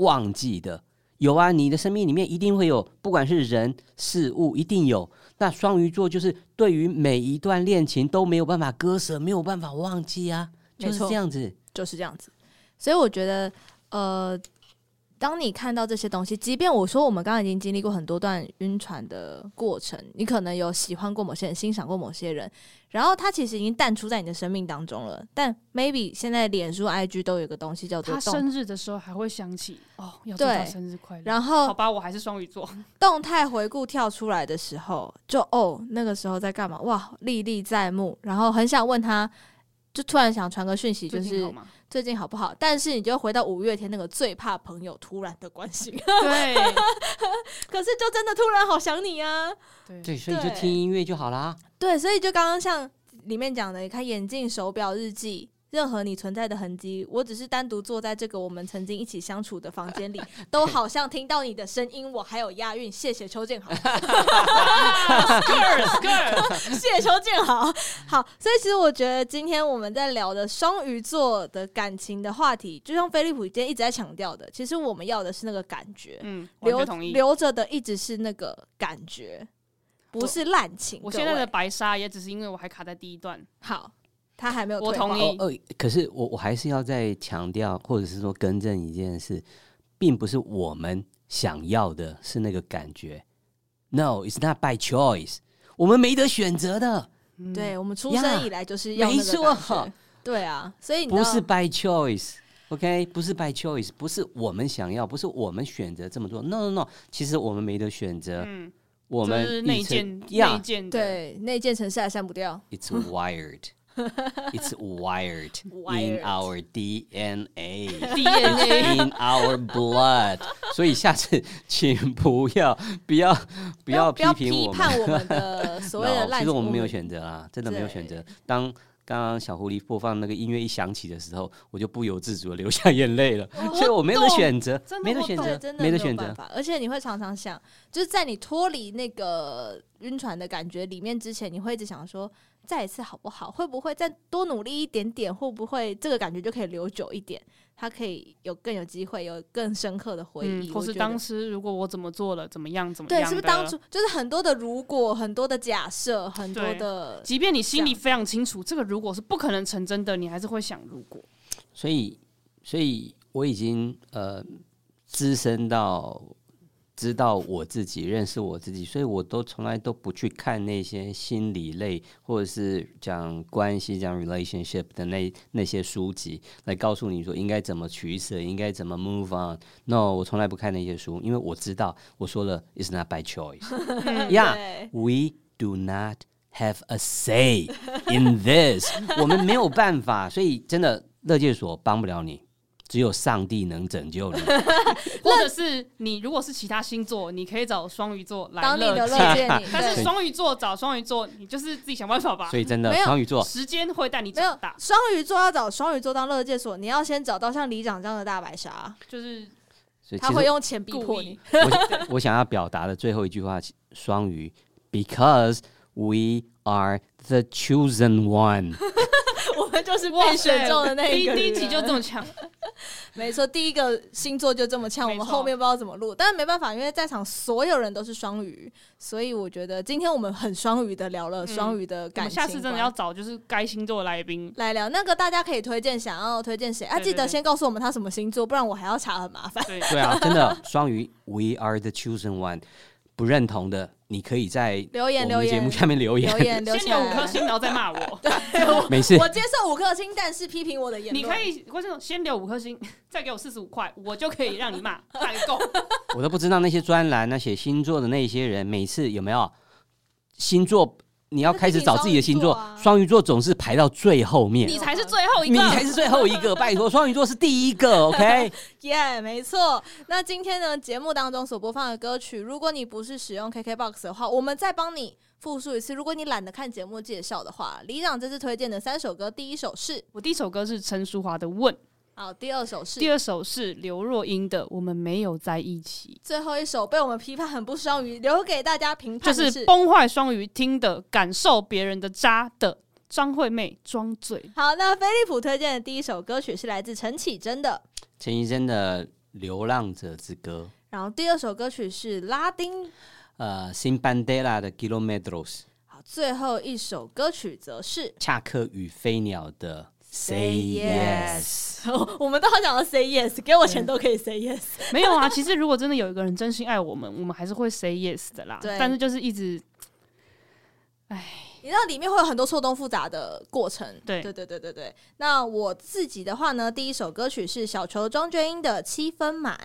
D: 忘记的？有啊，你的生命里面一定会有，不管是人、事物，一定有。那双鱼座就是对于每一段恋情都没有办法割舍，没有办法忘记啊，
A: 没
D: 就是
A: 错
D: 这样子。
A: 就是这样子。所以我觉得，呃，当你看到这些东西，即便我说我们刚刚已经经历过很多段晕船的过程，你可能有喜欢过某些人，欣赏过某些人，然后他其实已经淡出在你的生命当中了。但 maybe 现在脸书、IG 哦都有一个东西叫做
C: 他
A: 动，
C: 生日的时候还会想起哦，要祝他
A: 对
C: 生日快乐。
A: 然
C: 好
A: 后
C: 吧，我还是双鱼座，
A: 动态回顾跳出来的时候，就哦，那个时候在干嘛？哇，历历在目，然后很想问他。就突然想传个讯息，就
C: 最近好
A: 是
C: 吗？
A: 最近好不好？但是你就回到五月天那个最怕朋友突然的关心，
C: 对
A: 可是就真的突然好想你啊！
C: 对
D: 对，所以就
A: 对
D: 听音乐就好啦。
A: 对，所以就刚刚像里面讲的，你看眼镜、手表、日记，任何你存在的痕迹，我只是单独坐在这个我们曾经一起相处的房间里，都好像听到你的声音，我还有押韵，谢谢邱建豪，
C: ，girls girls，
A: 谢谢邱建豪。好，所以其实我觉得今天我们在聊的双鱼座的感情的话题，就像菲利普今天一直在强调的，其实我们要的是那个感觉，
C: 嗯，完
A: 留
C: 全同意。
A: 留着的一直是那个感觉，不是滥情。
C: 我
A: 各
C: 现在
A: 位
C: 的白纱也只是因为我还卡在第一段，
A: 好，他还没有
C: 我
A: 退
C: 同
A: 化
C: 意
D: 哦，呃，可是我我还是要再强调，或者是说更正一件事，并不是我们想要的是那个感觉。No, it's not by choice，我们没得选择的，
C: 嗯
A: 对我们出
D: 呀
A: 生以来就是要那
D: 没
A: 个感
D: 错
A: 觉对啊，所以你知
D: 不
A: 道
D: 是 by choice。OK，不是 by choice，不是我们想要，不是我们选择这么做。No No No，其实我们没得选择，
C: 嗯，
D: 呃我
C: 就
D: 们
C: 是内
D: 一
C: 建
D: 直
C: 内
D: 呀
C: 建的，
A: 对那件城市还删不掉，
D: It's wired. It's wired in
A: Wired.
D: our DNA.
C: DNA
D: in our blood。所以下次请不要不要不要
A: 不要
D: 批评
A: 批
D: 我们。
A: 判我们的所 谓的
D: No，
A: 烂。
D: 其实我们没有选择啊，真的没有
A: 对
D: 选择。当刚刚小狐狸播放那个音乐一响起的时候，我就不由自主的流下眼泪了，所以我没得
C: 懂
D: 选择
C: 真，的
D: 没得
C: 我
D: 选
C: 懂
A: 对，
D: 择
A: 哦真，的
D: 没得
A: 有
D: 选
A: 办
D: 择。
A: 法，而且你会常常想，就是在你脱离那个晕船的感觉里面之前，你会一直想说，再一次好不好？会不会再多努力一点点？会不会这个感觉就可以留久一点？它可以有更有机会，有更深刻的回忆，
C: 嗯，
A: 我
C: 或是
A: 觉
C: 当
A: 得
C: 时如果我怎么做了，怎么样怎么样
A: 对，
C: 的，
A: 是不是当初就是很多的如果，很多的假设，很多
C: 对
A: 的
C: 即便你心
A: 这
C: 里
A: 样
C: 非常清楚，这个如果是不可能成真的，你还是会想如果。
D: 所以，所以我已经呃资深到知道我自己，认识我自己，所以我都从来都不去看那些心理类或者是讲关系、讲 relationship 的那那些书籍，来告诉你说应该怎么取舍，应该怎么 move on。No，我从来不看那些书，因为我知道我说了，it's not by choice。yeah，
A: 嗯对
D: We do not have a say in this 。我们没有办法，所以真的乐界所帮不了你，只有上帝能拯救 你。
C: 或者是你如果是其他星座，你可以找双鱼座来
A: 当你的
C: 乐
A: 乐
C: 见。
A: 见你，
C: 但是
A: 对
C: 双鱼座找双鱼座，你就是自己想办法吧
D: 所。以真的
A: 没有
D: 双鱼座，
C: 时间会带你
A: 没有
C: 长大，
A: 双鱼座要找双鱼座当乐界所，你要先找到像里长这样的大白鲨，
C: 就是
D: 所以其
A: 他会
D: 实
A: 用钱逼迫
C: 故
A: 你
C: 意。。
D: 我我想要表达的最后一句话，双鱼，because we are the chosen one。
A: 我们就是
C: 哇
A: 被
C: 塞
A: 选中的那一个
C: 第
A: 人
C: 第一集就这么强，
A: 没错，第一个星座就这么呛，我
C: 没错
A: 们后面不知道怎么录，但是没办法，因为在场所有人都是双鱼，所以我觉得今天我们很双鱼的聊了双鱼的
C: 嗯我
A: 感
C: 们
A: 情
C: 下
A: 观。
C: 次真的要找就是该星座的来宾。
A: 来聊那个，大家可以推荐想要推荐谁啊？
C: 对对
A: 记得
C: 对
A: 先告诉我们他什么星座，不然我还要查，很麻烦。
C: 对，
D: 对啊，真的双鱼，we are the chosen one。不认同的，你可以在
A: 留言
D: 我
A: 留
D: 们节目
A: 言
D: 下面留言。
A: 留言留
C: 先
A: 起
C: 留五颗
A: 来。
C: 星，然后再骂 我。
D: 没事，
A: 我接受五颗星，但是批评我的言
C: 你
A: 论。
C: 可以，观众先留五颗星，再给我四十五块，我就可以让你 骂，大够。
D: 我都不知道那些专栏、那写星座的那些人，每次有没有星座？你要开始找自己的星座
A: 那自己，
D: 双鱼座总是排到最后面，
C: 你才是最后一
D: 你
C: 个，
D: 才是最后一个。拜托，双鱼座是第一个，OK？
A: 耶没错。那今天呢，节目当中所播放的歌曲，如果你不是使用 KKBOX 的话，我们再帮你。复述一次，如果你懒得看节目介绍的话，李长这次推荐的三首歌，第一首是
C: 我第一首歌是陈淑华的《问》，
A: 好，第二首是
C: 第二首是刘若英的《我们没有在一起
A: 最后一首被我们批判很不双语，留给大家评》，
C: 就
A: 判的
C: 是崩坏双鱼听的，感受别人的渣的张惠妹装醉。
A: 好，那飞利浦推荐的第一首歌曲是来自陈绮贞的，
D: 陈绮贞的《流浪者之歌》，
A: 然后第二首歌曲是拉丁，
D: 呃，辛班德拉的《Kilometros》，
A: 好，最后一首歌曲则是
D: 恰克与飞鸟的《Say
A: Say
D: Yes》。
A: Yes。我们 都好想要 say yes，给我钱都可以 say yes。
C: 没有啊，其实如果真的有一个人真心爱我们，我们还是会 say yes 的啦。
A: 对
C: 但是就是一直
A: 你知道里面会有很多错综复杂的过程。
C: 对
A: 对对对对对。那我自己的话呢，第一首歌曲是小球庄娟英的《七分满》，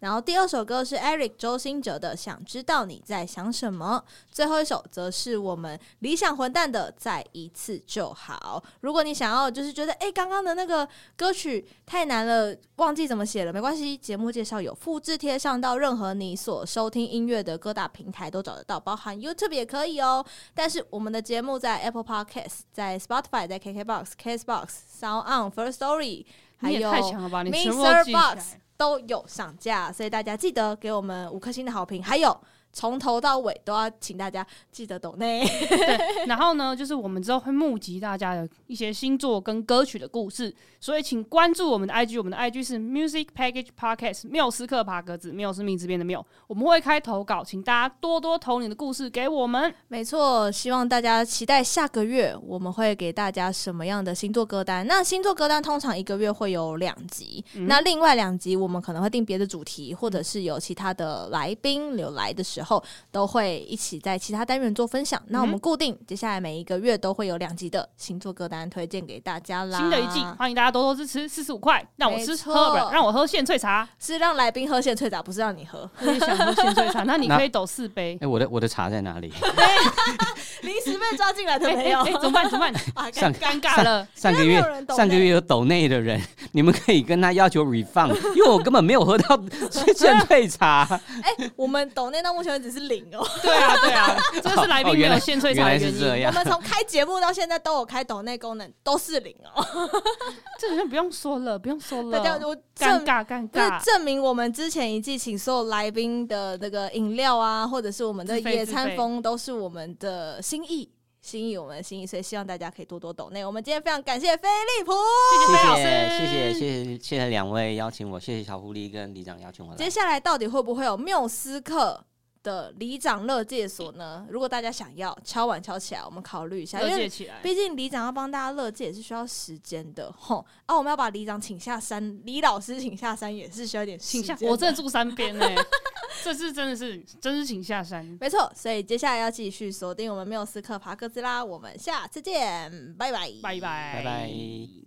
A: 然后第二首歌是 Eric 周兴哲的《想知道你在想什么》，最后一首则是我们理想混蛋的《再一次就好》。如果你想要就是觉得诶刚刚的那个歌曲太难了，忘记怎么写了，没关系，节目介绍有复制贴上到任何你所收听音乐的各大平台都找得到，包含 YouTube 也可以哦。但是我们的节目在 Apple Podcast、在 Spotify、在 KKBox、Castbox、Sound On、First Story，还
C: 你也
A: 有
C: 太强了吧，你全部都
A: Mr.
C: 记起来
A: Box。都有上架，所以大家记得给我们五颗星的好评，还有从头到尾都要请大家记得懂内。
C: 然后呢，就是我们之后会募集大家的一些星座跟歌曲的故事，所以请关注我们的 IG，我们的 IG 是 Music Package Podcast 缪斯克爬格子，缪是名字边的缪，我们会开投稿，请大家多多投你的故事给我们。
A: 没错，希望大家期待下个月我们会给大家什么样的星座歌单。那星座歌单通常一个月会有两集，那另外两集我们可能会定别的主题，或者是有其他的来宾有来的时候，都会一起在其他单元做分享。那我们固定接下来每一个月都会有两集的星座歌单推荐给大家啦。
C: 新的一季，欢迎大家多多支持，四十五块，让我
A: 没
C: 吃
A: 错
C: 喝，不是让我喝现萃茶，
A: 是让来宾喝现萃茶，不是让你喝。
C: 我也想喝现萃 茶，那你
D: 那
C: 可以抖四杯
D: 哎、。我的我的茶在哪里？
A: 临时被抓进来的
C: 哎
A: 没有，
C: 哎哎怎么办？怎 么办？
A: 啊
D: 上
C: 尴尬了。
D: 上个
A: 没
D: 月
A: 有人抖
D: 上个
A: 内
D: 月有抖内的人， 你们可以跟他要求 refund，因为我根本没有喝到 现萃茶。
A: 我们抖内到目前为止是零哦。
C: 对啊，对啊，这是来
D: 哦
C: 宾没
D: 原
C: 有
D: 来
C: 现萃
D: 原
C: 茶的
D: 来是
C: 原
D: 这
C: 因。
A: 我
D: 样，
A: 们从开节目到现在都有开抖内功能，都是零哦。
C: 这好像不用说了，不用说了。
A: 大家就
C: 尴
A: 证
C: 尬，尴
A: 就是
C: 尬。
A: 证明我们之前一季请所有来宾的那个饮料啊，或者是我们的
C: 自费
A: 野
C: 自
A: 餐
C: 费
A: 风，都是我们的心意。心意，我们的心意，所以希望大家可以多多抖内。我们今天非常感谢飞利浦，
C: 谢菲老师
D: 谢谢谢谢谢谢谢谢两位邀请我，谢谢小狐狸跟李长邀请我来
A: 接。下来到底会不会有缪斯克的里长乐界所呢？如果大家想要敲碗敲起来，我们考虑一下，因
C: 乐
A: 为
C: 界起来。
A: 毕竟里长要帮大家乐界也是需要时间的，吼啊！我们要把里长请下山，李老师请下山也是需要一点时
C: 请
A: 间
C: 下，
A: 的。
C: 我真的住山边呢、 这次真的是，真是请下山，
A: 没错，所以接下来要继续锁定我们缪斯克爬格子啦，我们下次见，拜拜，
C: 拜拜，
D: 拜拜。